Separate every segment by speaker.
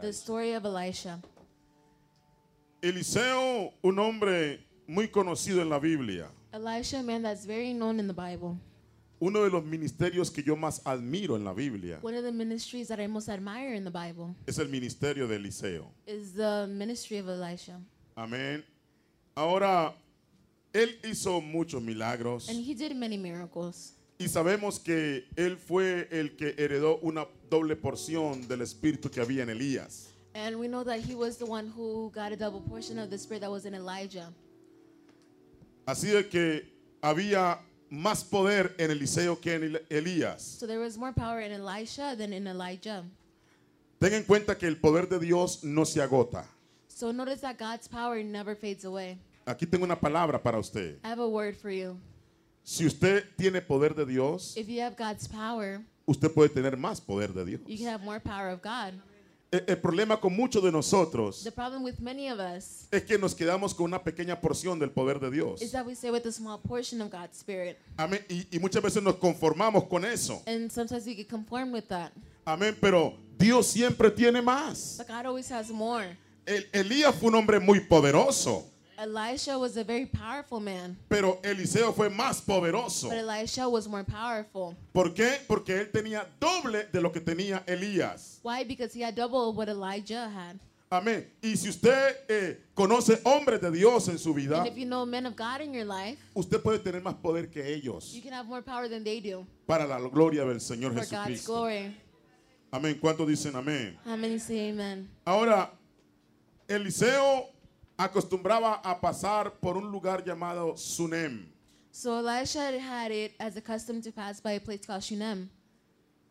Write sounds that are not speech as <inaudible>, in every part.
Speaker 1: the story of Elisha.
Speaker 2: Eliseo, un hombre muy conocido en la Biblia,
Speaker 1: Elisha, a man that's very known in the Bible.
Speaker 2: uno de los ministerios que yo más admiro en la Biblia
Speaker 1: One of the ministries that I most admire in the Bible
Speaker 2: es el ministerio de Eliseo.
Speaker 1: is the ministry of Elisha.
Speaker 2: Amén. Ahora, él hizo muchos milagros
Speaker 1: And he did many miracles.
Speaker 2: y sabemos que él fue el que heredó una doble porción del espíritu que había en Elías.
Speaker 1: And we know that he was the one who got a double portion of the spirit that was in Elijah.
Speaker 2: Así de que había más poder en Eliseo que en El- Elías.
Speaker 1: So there was more power in Elisha than in Elijah.
Speaker 2: Ten en cuenta que el poder de Dios no se agota.
Speaker 1: So notice that God's power never fades away.
Speaker 2: Aquí tengo una palabra para usted.
Speaker 1: I have a word for you.
Speaker 2: Si usted tiene poder de Dios,
Speaker 1: If you have God's power,
Speaker 2: usted puede tener más poder de Dios.
Speaker 1: you can have more power of God.
Speaker 2: E- El problema con muchos de nosotros
Speaker 1: The problem with many of us
Speaker 2: es que nos quedamos con una pequeña porción del poder de Dios.
Speaker 1: is that we stay with a small portion of God's spirit.
Speaker 2: Amén. Y, y muchas veces nos conformamos con eso.
Speaker 1: And sometimes we get conformed with that.
Speaker 2: Amén. Pero Dios siempre tiene más.
Speaker 1: But God always has more.
Speaker 2: El- Elías fue un hombre muy poderoso,
Speaker 1: Elisha was a very powerful man,
Speaker 2: pero Eliseo fue más poderoso.
Speaker 1: but Elisha was more powerful.
Speaker 2: ¿Por qué? Porque él tenía doble de lo que tenía Elías.
Speaker 1: Why? Because he had double what Elijah had.
Speaker 2: Amén. Y si usted eh, conoce hombres de Dios en su vida,
Speaker 1: And if you know men of God in your life,
Speaker 2: usted puede tener más poder que ellos
Speaker 1: you can have more power than they do
Speaker 2: para la gloria del Señor
Speaker 1: for God's
Speaker 2: Jesucristo.
Speaker 1: glory.
Speaker 2: Amén. ¿Cuántos dicen amén?
Speaker 1: How many say amen?
Speaker 2: Ahora, Eliseo acostumbraba a pasar por un lugar llamado Sunem.
Speaker 1: So Elisha had it as a custom to pass by a place called Shunem.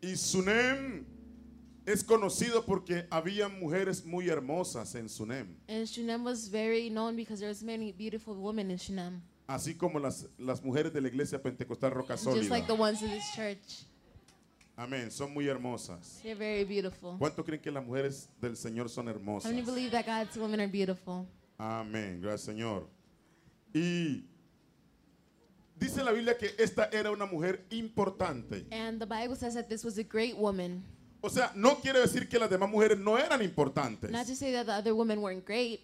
Speaker 2: Y Sunem es conocido porque había mujeres muy hermosas en Sunem,
Speaker 1: And Shunem was very known because there was many beautiful women in Shunem,
Speaker 2: así como las, las mujeres de la iglesia pentecostal Roca
Speaker 1: just
Speaker 2: Sólida.
Speaker 1: like the ones in this church.
Speaker 2: Amén. Son muy hermosas.
Speaker 1: They're very beautiful.
Speaker 2: ¿Cuánto creen que las mujeres del Señor son
Speaker 1: How
Speaker 2: hermosas?
Speaker 1: many believe that God's women are beautiful?
Speaker 2: Amén, gracias Señor. Y dice la Biblia que esta era una mujer importante.
Speaker 1: And the Bible says that this was a great woman.
Speaker 2: O sea, no quiere decir que las demás mujeres no eran importantes.
Speaker 1: Not to say that the other women weren't great,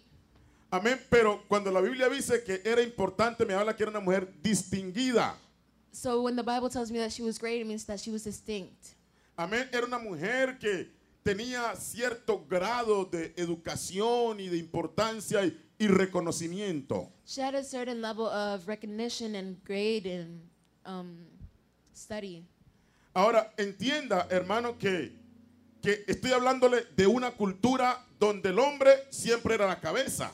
Speaker 2: Amén, pero cuando la Biblia dice que era importante, me habla que era una mujer distinguida.
Speaker 1: So when the Bible tells me that she was great, it means that she was distinct.
Speaker 2: Amén, era una mujer que tenía cierto grado de educación y de importancia y, y reconocimiento.
Speaker 1: She had a certain level of recognition and grade and um, study.
Speaker 2: Ahora, entienda, hermano, que, que estoy hablándole de una cultura donde el hombre siempre era la cabeza.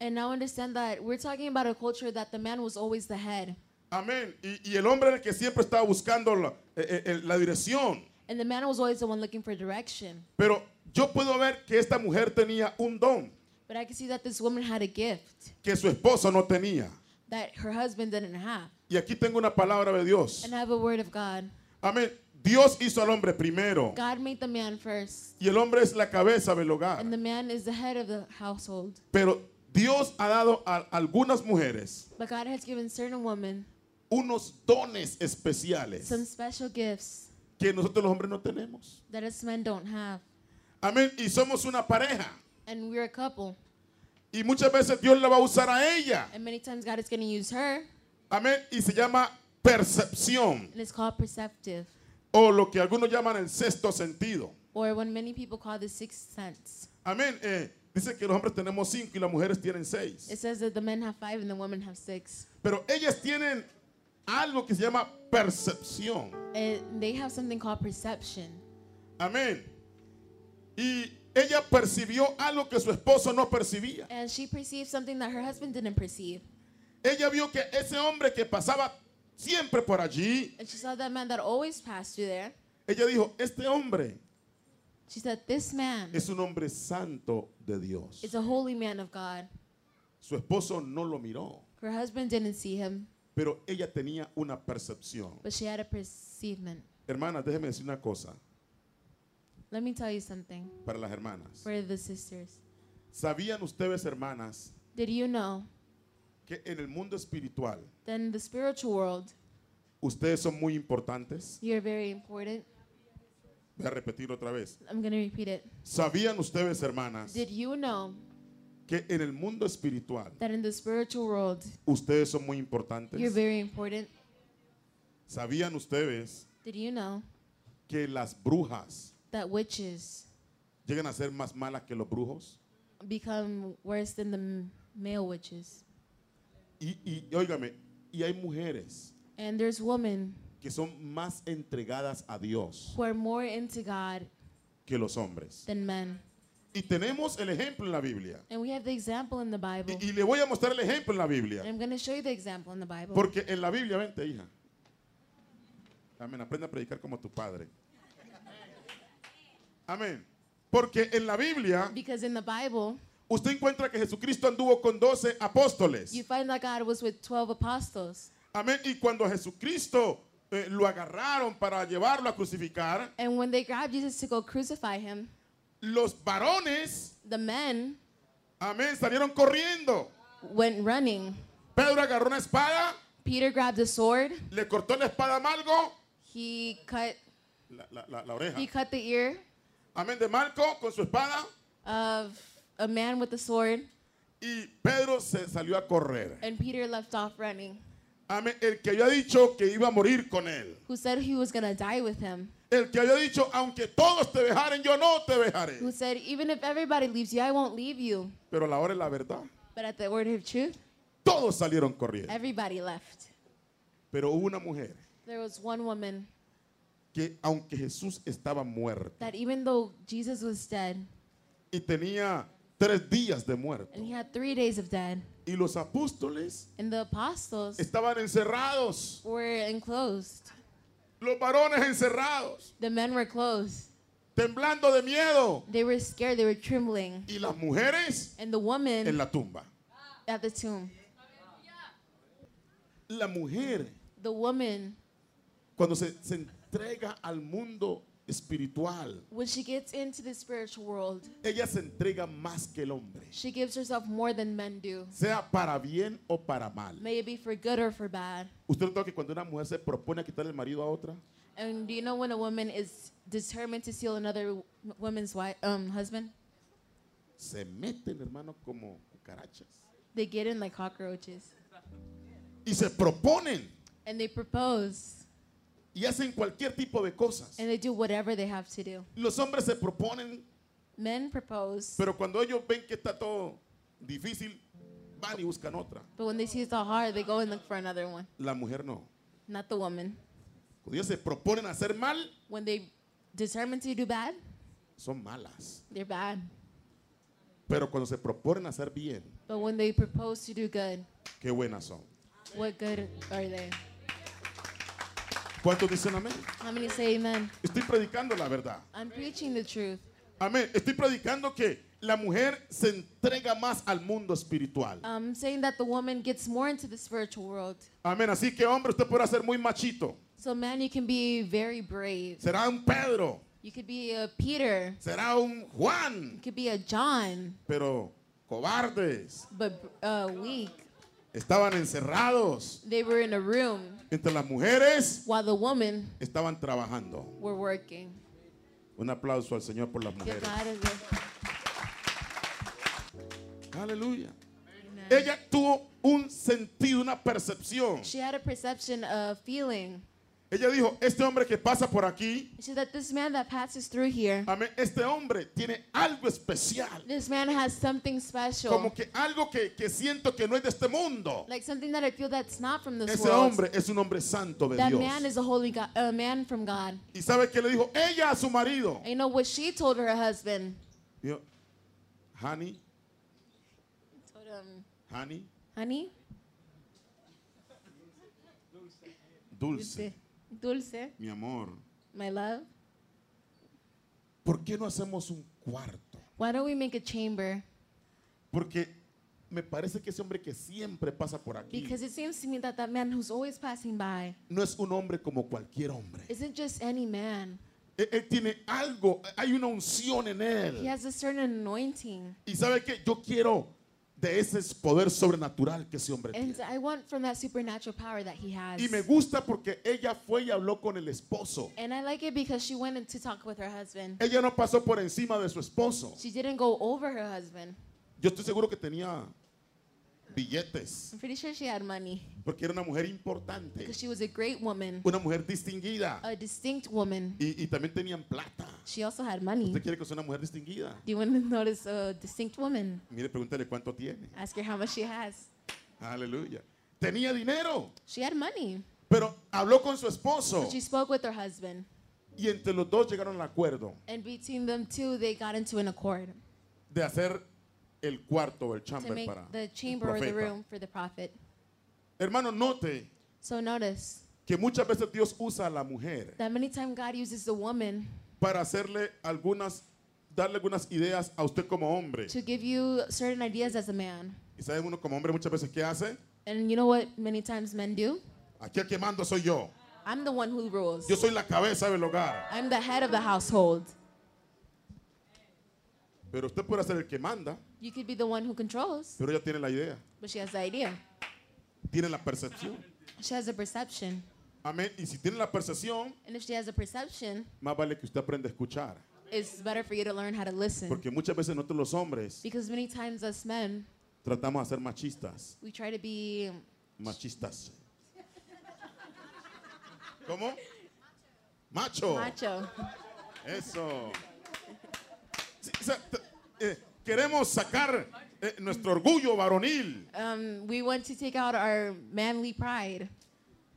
Speaker 1: And now understand that we're talking about a culture that the man was always the head,
Speaker 2: Amén. Y, y el hombre era el que siempre estaba buscando la, eh, eh, la dirección.
Speaker 1: and the man was always the one looking for direction.
Speaker 2: Pero yo puedo ver que esta mujer tenía un don
Speaker 1: But I can see that this woman had a gift
Speaker 2: que su esposo no tenía.
Speaker 1: that her husband didn't have.
Speaker 2: Y aquí tengo una palabra de Dios.
Speaker 1: And I have a word of God.
Speaker 2: Amén. Dios hizo al hombre primero.
Speaker 1: God made the man first,
Speaker 2: Y el hombre es la cabeza del hogar.
Speaker 1: and the man is the head of the household.
Speaker 2: Pero Dios ha dado a algunas mujeres
Speaker 1: But God has given certain women
Speaker 2: unos dones especiales.
Speaker 1: some special gifts
Speaker 2: que nosotros los hombres no tenemos.
Speaker 1: that us men don't have.
Speaker 2: Amén. Y somos una pareja.
Speaker 1: And we're a couple.
Speaker 2: Y muchas veces Dios la va a usar a ella.
Speaker 1: And many times God is going to use her,
Speaker 2: Amén. Y se llama percepción
Speaker 1: and it's called perceptive,
Speaker 2: o lo que algunos llaman el sexto sentido.
Speaker 1: or when many people call the sixth sense.
Speaker 2: Amén. Eh, dice que los hombres tenemos cinco y las mujeres tienen
Speaker 1: It
Speaker 2: seis.
Speaker 1: says that the men have five and the women have six.
Speaker 2: Pero ellas tienen algo que se llama percepción.
Speaker 1: And they have something called perception.
Speaker 2: Amén. Y ella percibió algo que su esposo no percibía.
Speaker 1: And she perceived something that her husband didn't perceive.
Speaker 2: Ella vio que ese hombre que pasaba siempre por allí,
Speaker 1: And she saw that man that always passed through there.
Speaker 2: ella dijo, este hombre
Speaker 1: She said, This man
Speaker 2: es un hombre santo de Dios.
Speaker 1: is a holy man of God.
Speaker 2: Su esposo no lo miró,
Speaker 1: Her husband didn't see him,
Speaker 2: pero ella tenía una percepción.
Speaker 1: but she had a perceivement.
Speaker 2: Hermanas, déjeme decir una cosa
Speaker 1: Let me tell you something
Speaker 2: para las hermanas.
Speaker 1: for the sisters.
Speaker 2: ¿Sabían ustedes, hermanas,
Speaker 1: Did you know
Speaker 2: que en el mundo espiritual
Speaker 1: that in the spiritual world,
Speaker 2: ustedes son muy importantes?
Speaker 1: you're very important?
Speaker 2: Voy a repetir otra vez.
Speaker 1: I'm going to repeat it.
Speaker 2: ¿Sabían ustedes, hermanas,
Speaker 1: Did you know
Speaker 2: que en el mundo espiritual
Speaker 1: that in the spiritual world,
Speaker 2: ustedes son muy
Speaker 1: you're
Speaker 2: importantes?
Speaker 1: very important?
Speaker 2: ¿Sabían ustedes
Speaker 1: Did you know
Speaker 2: que las brujas
Speaker 1: that witches
Speaker 2: llegan a ser más malas que los brujos?
Speaker 1: become worse than the m- male witches?
Speaker 2: Y, y óigame, y hay mujeres
Speaker 1: And there's women
Speaker 2: que son más entregadas a Dios
Speaker 1: who are more into God
Speaker 2: que los hombres.
Speaker 1: than men.
Speaker 2: Y tenemos el ejemplo en la Biblia.
Speaker 1: And we have the example in the Bible.
Speaker 2: Y, y le voy a mostrar el ejemplo en la
Speaker 1: And
Speaker 2: Biblia.
Speaker 1: I'm going to show you the example in the Bible.
Speaker 2: Porque en la Biblia, vente, hija. Amén. Aprende a predicar como tu padre. Amén. Porque en la Biblia
Speaker 1: Because in the Bible,
Speaker 2: usted encuentra que Jesucristo anduvo con 12 apóstoles.
Speaker 1: you find that God was with 12 apostles.
Speaker 2: Amén. Y cuando Jesucristo eh, lo agarraron para llevarlo a crucificar,
Speaker 1: And when they grabbed Jesus to go crucify him,
Speaker 2: los varones,
Speaker 1: the men
Speaker 2: amén, salieron corriendo.
Speaker 1: went running.
Speaker 2: Pedro agarró una espada,
Speaker 1: Peter grabbed a sword.
Speaker 2: le cortó la espada a Malgo,
Speaker 1: He cut
Speaker 2: la, la- la- la oreja.
Speaker 1: he cut the ear
Speaker 2: Amén de Marco con su espada.
Speaker 1: of a man with a sword,
Speaker 2: Y Pedro se salió a correr.
Speaker 1: and Peter left off running.
Speaker 2: Amén. El que había dicho que iba a morir con él.
Speaker 1: Who said he was gonna die with him?
Speaker 2: El que había dicho, aunque todos te dejaren, yo no te dejaré.
Speaker 1: Who said even if everybody leaves you, I won't leave you?
Speaker 2: Pero a la hora es la verdad.
Speaker 1: But at the word of truth,
Speaker 2: Todos salieron corriendo.
Speaker 1: everybody left.
Speaker 2: Pero hubo una mujer
Speaker 1: There was one woman
Speaker 2: que, aunque Jesús estaba muerto
Speaker 1: that even though Jesus was dead
Speaker 2: y tenía tres días de muerto,
Speaker 1: and he had three days of dead,
Speaker 2: y los apóstoles
Speaker 1: and the apostles
Speaker 2: estaban encerrados,
Speaker 1: were enclosed,
Speaker 2: los varones encerrados,
Speaker 1: the men were closed.
Speaker 2: temblando de miedo,
Speaker 1: They were scared. They were trembling.
Speaker 2: y las mujeres
Speaker 1: And the
Speaker 2: en
Speaker 1: woman
Speaker 2: la tumba.
Speaker 1: at the tomb,
Speaker 2: La mujer
Speaker 1: the woman,
Speaker 2: cuando se, se entrega al mundo espiritual,
Speaker 1: when she gets into the spiritual world,
Speaker 2: ella se entrega más que el hombre,
Speaker 1: she gives herself more than men do.
Speaker 2: sea para bien o para mal.
Speaker 1: May it be for good or for bad.
Speaker 2: Usted nota que cuando una mujer se propone a quitarle el marido a otra,
Speaker 1: And do you know when a woman is determined to steal another w- woman's wife, um, husband?
Speaker 2: se meten, hermano, como cucarachas.
Speaker 1: They get in like cockroaches.
Speaker 2: Y se proponen
Speaker 1: And they propose.
Speaker 2: y hacen cualquier tipo de cosas.
Speaker 1: And they do whatever they have to do.
Speaker 2: Los hombres se proponen,
Speaker 1: Men propose.
Speaker 2: pero cuando ellos ven que está todo difícil, van y buscan otra.
Speaker 1: But when they see it's all hard, they go and look for another one.
Speaker 2: La mujer no.
Speaker 1: Not the woman.
Speaker 2: Cuando ellos se proponen hacer mal,
Speaker 1: When they determine to do bad,
Speaker 2: son malas.
Speaker 1: they're bad.
Speaker 2: Pero cuando se proponen hacer bien,
Speaker 1: But when they propose to do good,
Speaker 2: qué buenas son.
Speaker 1: what good are they?
Speaker 2: ¿Cuántos dicen amén?
Speaker 1: How many say amen?
Speaker 2: Estoy predicando la verdad.
Speaker 1: I'm preaching the truth.
Speaker 2: Amén. Estoy predicando que la mujer se entrega más al mundo espiritual.
Speaker 1: I'm saying that the woman gets more into the spiritual world.
Speaker 2: Amén. Así que, hombre, usted podrá ser muy machito.
Speaker 1: So, man, you can be very brave.
Speaker 2: Será un Pedro,
Speaker 1: You could be a Peter.
Speaker 2: será un Juan,
Speaker 1: You could be a John,
Speaker 2: pero cobardes.
Speaker 1: but uh, weak.
Speaker 2: Estaban encerrados
Speaker 1: They were in a room
Speaker 2: entre las mujeres,
Speaker 1: while the women
Speaker 2: estaban trabajando.
Speaker 1: were working.
Speaker 2: Un aplauso al Señor por las
Speaker 1: Give
Speaker 2: mujeres.
Speaker 1: God a good-
Speaker 2: Aleluya. Ella tuvo un sentido, una percepción.
Speaker 1: She had a perception of feeling.
Speaker 2: Ella dijo, este hombre que pasa por aquí,
Speaker 1: She said that this man that passes through here,
Speaker 2: amén, este hombre tiene algo especial.
Speaker 1: this man has something special.
Speaker 2: Como que algo que, que siento que no es de este mundo.
Speaker 1: Like something that I feel that's not from this
Speaker 2: Ese
Speaker 1: world.
Speaker 2: hombre es un hombre santo de
Speaker 1: That man
Speaker 2: Dios.
Speaker 1: is a holy God, a man from God.
Speaker 2: ¿Y sabe qué le dijo ella a su marido?
Speaker 1: And you know what she told her husband?
Speaker 2: Dijo, honey,
Speaker 1: Told him,
Speaker 2: honey,
Speaker 1: honey,
Speaker 2: dulce,
Speaker 1: dulce,
Speaker 2: mi amor,
Speaker 1: my love,
Speaker 2: ¿Por qué no hacemos un cuarto?
Speaker 1: Why don't we make a chamber?
Speaker 2: Porque me parece que ese hombre que siempre pasa por aquí
Speaker 1: Because it seems to me that that man who's always passing by
Speaker 2: no es un hombre como cualquier hombre.
Speaker 1: isn't just any man.
Speaker 2: Él, él tiene algo, hay una unción en
Speaker 1: He
Speaker 2: él.
Speaker 1: has a certain anointing.
Speaker 2: Y sabe que yo quiero de ese poder sobrenatural que ese hombre
Speaker 1: And
Speaker 2: tiene.
Speaker 1: I want from that supernatural power that he has.
Speaker 2: Y me gusta porque ella fue y habló con el esposo.
Speaker 1: And I like it because she went in to talk with her husband.
Speaker 2: Ella no pasó por encima de su esposo.
Speaker 1: She didn't go over her husband.
Speaker 2: Yo estoy seguro que tenía billetes,
Speaker 1: I'm pretty sure she had money
Speaker 2: porque era una mujer importante,
Speaker 1: because she was a great woman,
Speaker 2: una mujer distinguida.
Speaker 1: a distinct woman.
Speaker 2: Y, y también tenían plata.
Speaker 1: She also had money.
Speaker 2: ¿Usted
Speaker 1: Do
Speaker 2: quiere que sea una mujer distinguida?
Speaker 1: you want to <laughs> notice a distinct woman?
Speaker 2: Mire, pregúntale cuánto tiene.
Speaker 1: Ask her how much she has.
Speaker 2: Aleluya. Tenía dinero,
Speaker 1: She had money.
Speaker 2: pero habló con su esposo.
Speaker 1: But she spoke with her husband.
Speaker 2: Y entre los dos llegaron al acuerdo
Speaker 1: And between them two, they got into an accord
Speaker 2: de hacer el cuarto o el
Speaker 1: to
Speaker 2: chamber
Speaker 1: make
Speaker 2: para
Speaker 1: the
Speaker 2: el
Speaker 1: chamber or the
Speaker 2: profeta.
Speaker 1: room for the prophet.
Speaker 2: Hermano, note
Speaker 1: So notice
Speaker 2: que muchas veces Dios usa a la mujer
Speaker 1: that many times God uses the woman
Speaker 2: para hacerle algunas, darle algunas ideas a usted como hombre.
Speaker 1: to give you certain ideas as a man.
Speaker 2: Y sabe uno como hombre muchas veces qué hace?
Speaker 1: And you know what many times men do?
Speaker 2: Aquí el que mando soy yo.
Speaker 1: I'm the one who rules.
Speaker 2: Yo soy la cabeza del hogar.
Speaker 1: I'm the head of the household.
Speaker 2: Pero usted puede ser el que manda,
Speaker 1: You could be the one who controls,
Speaker 2: pero ella tiene la idea,
Speaker 1: but she has the idea.
Speaker 2: tiene la percepción.
Speaker 1: She has a perception.
Speaker 2: Amén. Y si tiene la percepción,
Speaker 1: And if she has a perception,
Speaker 2: más vale que usted aprenda a escuchar.
Speaker 1: it's better for you to learn how to listen.
Speaker 2: Porque muchas veces nosotros los hombres
Speaker 1: Because many times us men,
Speaker 2: tratamos de ser machistas.
Speaker 1: we try to be
Speaker 2: Oh. Machistas. ¿Cómo? Macho.
Speaker 1: macho.
Speaker 2: Eso. Sí, o sea, t- eh, queremos sacar eh, nuestro orgullo varonil.
Speaker 1: Um, we want to take out our manly pride,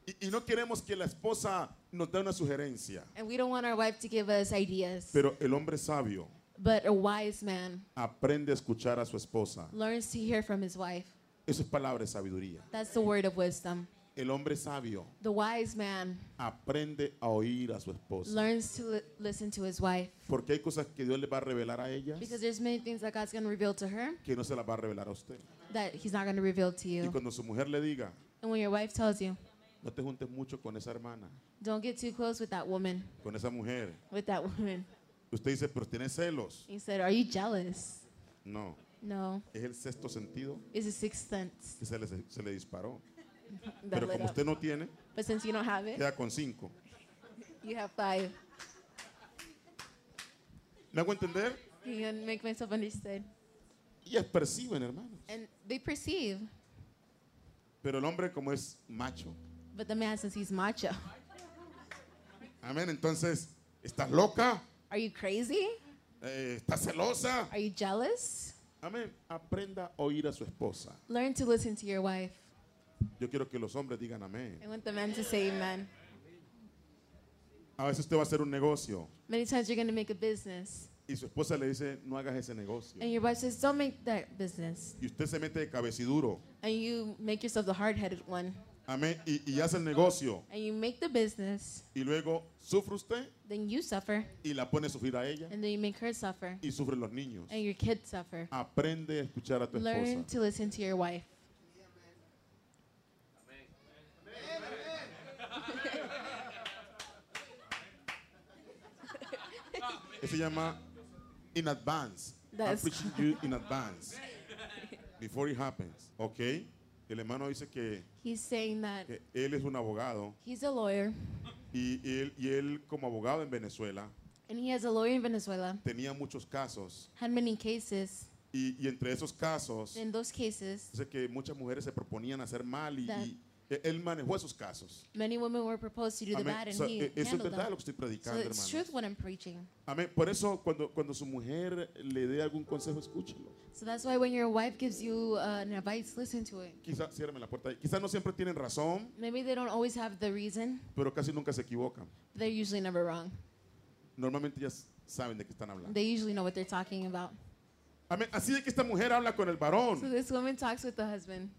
Speaker 2: Y, y no queremos que la esposa nos dé una sugerencia.
Speaker 1: and we don't want our wife to give us ideas.
Speaker 2: Pero el hombre sabio
Speaker 1: But a wise man
Speaker 2: aprende a escuchar a su esposa.
Speaker 1: learns to hear from his wife.
Speaker 2: Eso es palabra de sabiduría.
Speaker 1: That's the word of wisdom.
Speaker 2: El hombre sabio
Speaker 1: The wise man
Speaker 2: aprende a oír a su esposa.
Speaker 1: learns to li- listen to his wife
Speaker 2: Porque hay cosas que Dios le va a revelar a ella
Speaker 1: because there's many things that God's going to reveal to her
Speaker 2: que no se las va a revelar a usted.
Speaker 1: that he's not going to reveal to
Speaker 2: Y
Speaker 1: you.
Speaker 2: cuando su mujer le diga,
Speaker 1: And when your wife tells you,
Speaker 2: no te juntes mucho con esa hermana,
Speaker 1: don't get too close with that woman,
Speaker 2: con esa mujer,
Speaker 1: with that <laughs> woman.
Speaker 2: usted dice, pero tiene celos.
Speaker 1: He said, are you jealous?
Speaker 2: No,
Speaker 1: No.
Speaker 2: es el sexto sentido
Speaker 1: It's a sixth sense.
Speaker 2: que se le, se le disparó.
Speaker 1: That
Speaker 2: Pero
Speaker 1: lit
Speaker 2: como
Speaker 1: up.
Speaker 2: usted no tiene,
Speaker 1: But since you don't have it,
Speaker 2: queda con cinco.
Speaker 1: you have five.
Speaker 2: ¿Me hago entender?
Speaker 1: You can make myself understood.
Speaker 2: Ellas perciben, hermano.
Speaker 1: And they perceive.
Speaker 2: Pero el hombre como es macho.
Speaker 1: But the man, since he's macho,
Speaker 2: Amén. Entonces, ¿estás loca?
Speaker 1: are you crazy?
Speaker 2: Eh, ¿Estás celosa?
Speaker 1: Are you jealous?
Speaker 2: Amén. Aprenda a oír a su esposa.
Speaker 1: Learn to listen to your wife.
Speaker 2: Yo quiero que los hombres digan amén.
Speaker 1: I want the men to say amen.
Speaker 2: A veces usted va a hacer un negocio
Speaker 1: Many times you're going to make a business,
Speaker 2: y su esposa le dice, no hagas ese negocio.
Speaker 1: and your wife says, Don't make that business.
Speaker 2: Y usted se mete de cabeciduro.
Speaker 1: And you make yourself the hard headed one,
Speaker 2: Amén. Y, y hace el negocio.
Speaker 1: and you make the business,
Speaker 2: Y luego sufre usted
Speaker 1: then you suffer,
Speaker 2: y la pone a sufrir a ella
Speaker 1: and then you make her suffer,
Speaker 2: y sufren los niños.
Speaker 1: and your kids suffer.
Speaker 2: Aprende a escuchar a tu
Speaker 1: Learn
Speaker 2: esposa.
Speaker 1: to listen to your wife.
Speaker 2: Eso se llama in advance. I'm
Speaker 1: That's-
Speaker 2: preaching you in advance. Before it happens. Ok. El hermano dice que,
Speaker 1: He's saying that
Speaker 2: que él es un abogado
Speaker 1: he's a lawyer,
Speaker 2: y él, y él como abogado en Venezuela
Speaker 1: and he has a lawyer in Venezuela,
Speaker 2: tenía muchos casos
Speaker 1: had many cases.
Speaker 2: y, y entre esos casos
Speaker 1: In those cases,
Speaker 2: dice que muchas mujeres se proponían hacer mal y,
Speaker 1: That-
Speaker 2: y e, él manejó esos casos.
Speaker 1: many women were proposed to do the
Speaker 2: Amén.
Speaker 1: bad, and
Speaker 2: O sea,
Speaker 1: he
Speaker 2: eh, eso es
Speaker 1: handled
Speaker 2: verdad
Speaker 1: them.
Speaker 2: lo que estoy
Speaker 1: So
Speaker 2: predicando,
Speaker 1: it's
Speaker 2: hermano.
Speaker 1: truth what I'm preaching.
Speaker 2: Amén. Por eso cuando, cuando su mujer le dé algún consejo, escúchelo.
Speaker 1: So that's why when your wife gives you uh, an advice, listen to it.
Speaker 2: Quizás, ciérrame la puerta. ahí. Quizás no siempre tienen razón,
Speaker 1: Maybe they don't always have the reason.
Speaker 2: pero casi nunca se equivocan.
Speaker 1: They're usually never wrong.
Speaker 2: Normalmente ya s- saben de qué están hablando.
Speaker 1: They usually know what they're talking about.
Speaker 2: Amén. Así de que esta mujer habla con el varón.
Speaker 1: So this woman talks with the husband.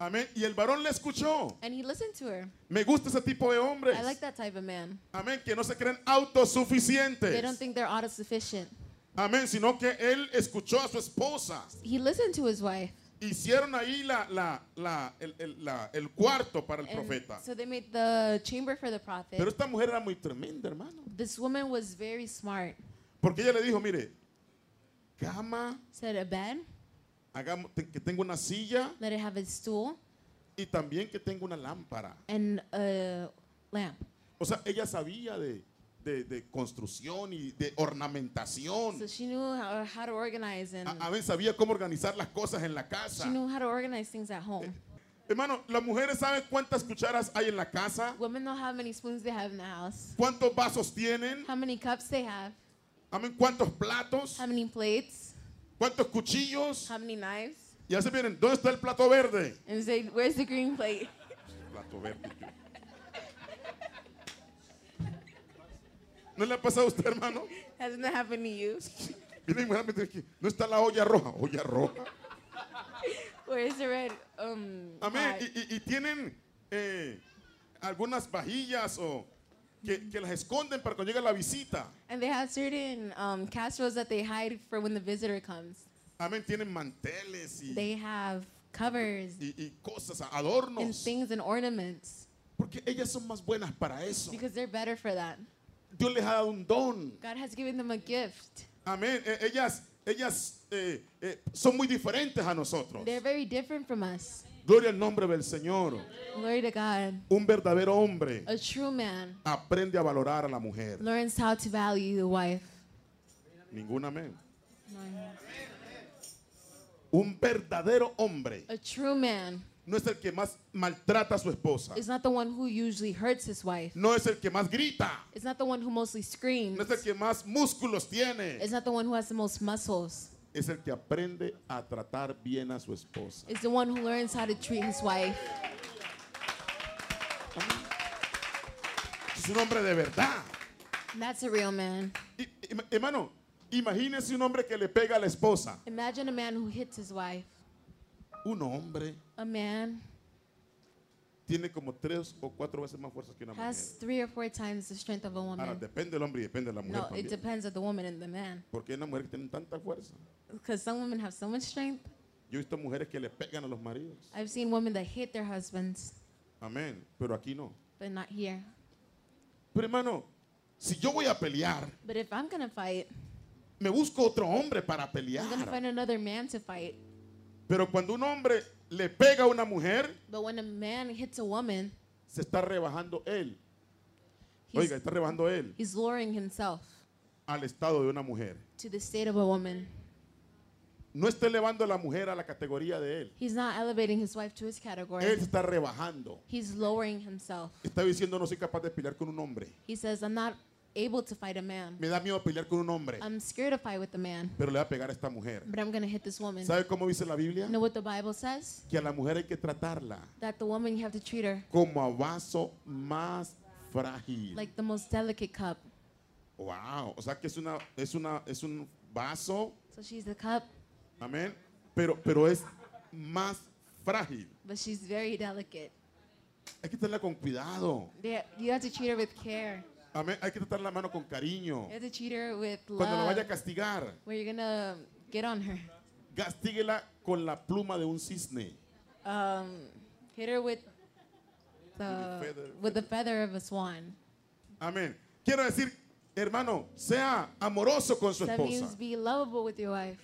Speaker 2: Amén. Y el varón le escuchó.
Speaker 1: And he listened to her.
Speaker 2: Me gusta ese tipo de hombres.
Speaker 1: I like that type of man.
Speaker 2: Amén. Que no se creen
Speaker 1: They don't
Speaker 2: autosuficientes.
Speaker 1: think they're autosufficient.
Speaker 2: Amén. Sino que él escuchó a su esposa.
Speaker 1: He listened to his wife.
Speaker 2: Hicieron ahí la, la, la, el, el- la- el cuarto para el
Speaker 1: And
Speaker 2: profeta.
Speaker 1: so they made the chamber for the prophet.
Speaker 2: Pero esta mujer era muy tremenda, hermano.
Speaker 1: this woman was very smart.
Speaker 2: Porque ella le dijo, mire, cama,
Speaker 1: Said a bed,
Speaker 2: hagamos, te- que tengo una silla
Speaker 1: let it have a stool
Speaker 2: y también que tengo una lámpara.
Speaker 1: and a lamp.
Speaker 2: O sea, ella sabía de, de- de construcción y de
Speaker 1: So
Speaker 2: ornamentación.
Speaker 1: she knew how, how to organize and
Speaker 2: A, a ver, sabía cómo organizar las cosas en la
Speaker 1: she
Speaker 2: casa.
Speaker 1: knew how to organize things at home.
Speaker 2: Hermano, las mujeres saben cuántas cucharas hay en la casa,
Speaker 1: Women know how many spoons they have in the house,
Speaker 2: cuántos vasos tienen,
Speaker 1: how many cups they have,
Speaker 2: amén, cuántos platos,
Speaker 1: how many plates,
Speaker 2: cuántos cuchillos.
Speaker 1: how many knives.
Speaker 2: Y así vienen, ¿dónde está el plato verde?
Speaker 1: And say, where's the green plate? <laughs>
Speaker 2: Plato verde. yo. ¿No le ha pasado a usted, hermano?
Speaker 1: Hasn't that happened to you? <laughs>
Speaker 2: Miren, inmediatamente aquí, ¿no está la olla roja? Olla roja.
Speaker 1: Where's the red? Um,
Speaker 2: Amén.
Speaker 1: pot?
Speaker 2: Y, y- y tienen eh, algunas vajillas o que, que las esconden para cuando llega la visita.
Speaker 1: And they have certain um, casseroles that they hide for when the visitor comes.
Speaker 2: Amén. Tienen manteles y,
Speaker 1: They have covers
Speaker 2: y- y cosas,
Speaker 1: and
Speaker 2: adornos.
Speaker 1: things and ornaments
Speaker 2: Porque ellas son más buenas para eso.
Speaker 1: because they're better for that.
Speaker 2: Dios les ha dado un don.
Speaker 1: God has given them a gift.
Speaker 2: Amén. Eh, ellas ellas eh, eh, son muy diferentes a nosotros.
Speaker 1: They're very different from us.
Speaker 2: Gloria al nombre del Señor.
Speaker 1: Glory to God.
Speaker 2: Un verdadero hombre
Speaker 1: A true man
Speaker 2: aprende a valorar a la mujer.
Speaker 1: learns how to value the wife.
Speaker 2: Ningún amén. Un verdadero hombre
Speaker 1: A true man
Speaker 2: no es el que más maltrata a su esposa.
Speaker 1: is not the one who usually hurts his wife.
Speaker 2: No es el que más grita.
Speaker 1: It's not the one who mostly screams.
Speaker 2: No es el que más músculos tiene.
Speaker 1: It's not the one who has the most muscles.
Speaker 2: Es el que aprende a tratar bien a su esposa.
Speaker 1: It's the one who learns how to treat his wife.
Speaker 2: Es un hombre de verdad.
Speaker 1: And that's a real man.
Speaker 2: Y- y- hermano, imagínese un hombre que le pega a la esposa.
Speaker 1: Imagine a man who hits his wife.
Speaker 2: Un hombre
Speaker 1: A man
Speaker 2: tiene como tres o cuatro veces más fuerza que una mujer.
Speaker 1: has three or four times the strength of a
Speaker 2: Ahora,
Speaker 1: woman.
Speaker 2: depende del hombre y depende de la mujer
Speaker 1: No, it
Speaker 2: también.
Speaker 1: depends on the woman and the man.
Speaker 2: Porque hay una mujer que tiene tanta fuerza.
Speaker 1: Because some women have so much strength.
Speaker 2: Yo he visto mujeres que le pegan a los maridos.
Speaker 1: I've seen women that hit their husbands,
Speaker 2: Amén. Pero aquí no.
Speaker 1: but not here.
Speaker 2: Pero hermano, si yo voy a pelear,
Speaker 1: But if I'm gonna fight,
Speaker 2: me busco otro hombre para
Speaker 1: I'm gonna
Speaker 2: pelear.
Speaker 1: find another man to fight.
Speaker 2: Pero cuando un hombre le pega a una mujer,
Speaker 1: But when a man hits a woman,
Speaker 2: se está rebajando él.
Speaker 1: he's,
Speaker 2: Oiga, está rebajando él
Speaker 1: he's lowering himself
Speaker 2: al estado de una mujer.
Speaker 1: to the state of a woman.
Speaker 2: No está elevando a la mujer a la categoría de él.
Speaker 1: He's not elevating his wife to his
Speaker 2: Él
Speaker 1: category.
Speaker 2: se está rebajando.
Speaker 1: He's lowering himself.
Speaker 2: Está diciendo, no soy capaz de pelear con un hombre.
Speaker 1: He says, I'm not able to fight a man.
Speaker 2: Me da miedo pelear con un hombre.
Speaker 1: I'm scared to fight with a man,
Speaker 2: Pero le va a pegar a esta mujer.
Speaker 1: but I'm going to hit this woman.
Speaker 2: ¿Sabe cómo dice la Biblia?
Speaker 1: You know what the Bible says?
Speaker 2: Que a la mujer hay que tratarla
Speaker 1: That the woman, you have to treat her
Speaker 2: como a vaso más frágil.
Speaker 1: like the most delicate cup.
Speaker 2: Wow, o sea que es una es una es un vaso,
Speaker 1: So she's the cup,
Speaker 2: amén, pero pero es más frágil.
Speaker 1: but she's very delicate.
Speaker 2: Hay que tratarla con cuidado.
Speaker 1: They, you have to treat her with care.
Speaker 2: Amén, hay que tratar la mano con cariño.
Speaker 1: You have to treat her with
Speaker 2: Cuando la vaya a
Speaker 1: love,
Speaker 2: castigar,
Speaker 1: where you're going to get on her.
Speaker 2: castíguela con la pluma de un cisne.
Speaker 1: Um, hit her with the,
Speaker 2: feather.
Speaker 1: with the feather of a swan.
Speaker 2: Amén. Quiero decir, hermano, sea amoroso con su
Speaker 1: That means
Speaker 2: esposa.
Speaker 1: be lovable with your wife.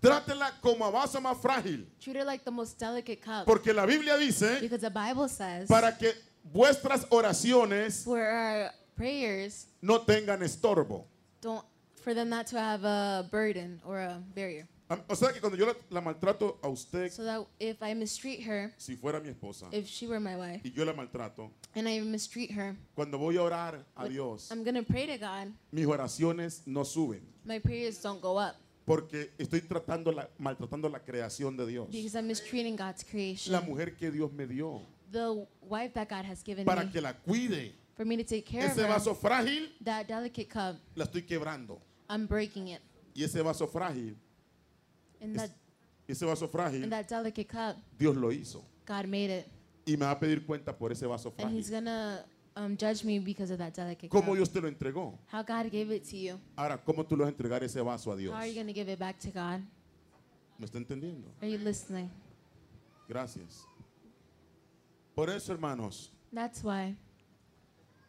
Speaker 2: Trátela como a vaso más frágil,
Speaker 1: Treat her like the most delicate cup.
Speaker 2: porque la Biblia dice
Speaker 1: Because the Bible says
Speaker 2: para que vuestras oraciones
Speaker 1: for our prayers
Speaker 2: no tengan estorbo.
Speaker 1: don't for them not to have a burden or a barrier.
Speaker 2: Am- O sea que cuando yo la, la maltrato a usted,
Speaker 1: So that if I mistreat her,
Speaker 2: si fuera mi esposa
Speaker 1: if she were my wife,
Speaker 2: y yo la maltrato,
Speaker 1: and I mistreat her,
Speaker 2: cuando voy a orar a Dios,
Speaker 1: I'm gonna pray to God.
Speaker 2: mis oraciones no suben
Speaker 1: My prayers don't go up
Speaker 2: porque estoy tratando la, maltratando la creación de Dios.
Speaker 1: because I'm mistreating God's
Speaker 2: La
Speaker 1: creation.
Speaker 2: mujer que Dios me dio
Speaker 1: The wife that God has given
Speaker 2: para que
Speaker 1: me
Speaker 2: la cuide.
Speaker 1: for me to take care of
Speaker 2: Ese
Speaker 1: her.
Speaker 2: vaso frágil
Speaker 1: That delicate cup,
Speaker 2: la estoy quebrando.
Speaker 1: I'm breaking it,
Speaker 2: Y ese vaso frágil,
Speaker 1: and
Speaker 2: es-
Speaker 1: that
Speaker 2: ese vaso
Speaker 1: and
Speaker 2: frágil,
Speaker 1: that delicate cup,
Speaker 2: Dios lo hizo.
Speaker 1: God made it.
Speaker 2: y me va a pedir cuenta por ese vaso
Speaker 1: And He's
Speaker 2: frágil.
Speaker 1: going to um, judge me because of that delicate cup.
Speaker 2: ¿Cómo Dios te lo entregó?
Speaker 1: How God gave it to you.
Speaker 2: Ahora, ¿cómo tú le vas a entregar ese vaso a Dios?
Speaker 1: How are you going to give it back to God?
Speaker 2: ¿Me está entendiendo?
Speaker 1: Are you listening?
Speaker 2: Gracias. Por eso, hermanos,
Speaker 1: That's why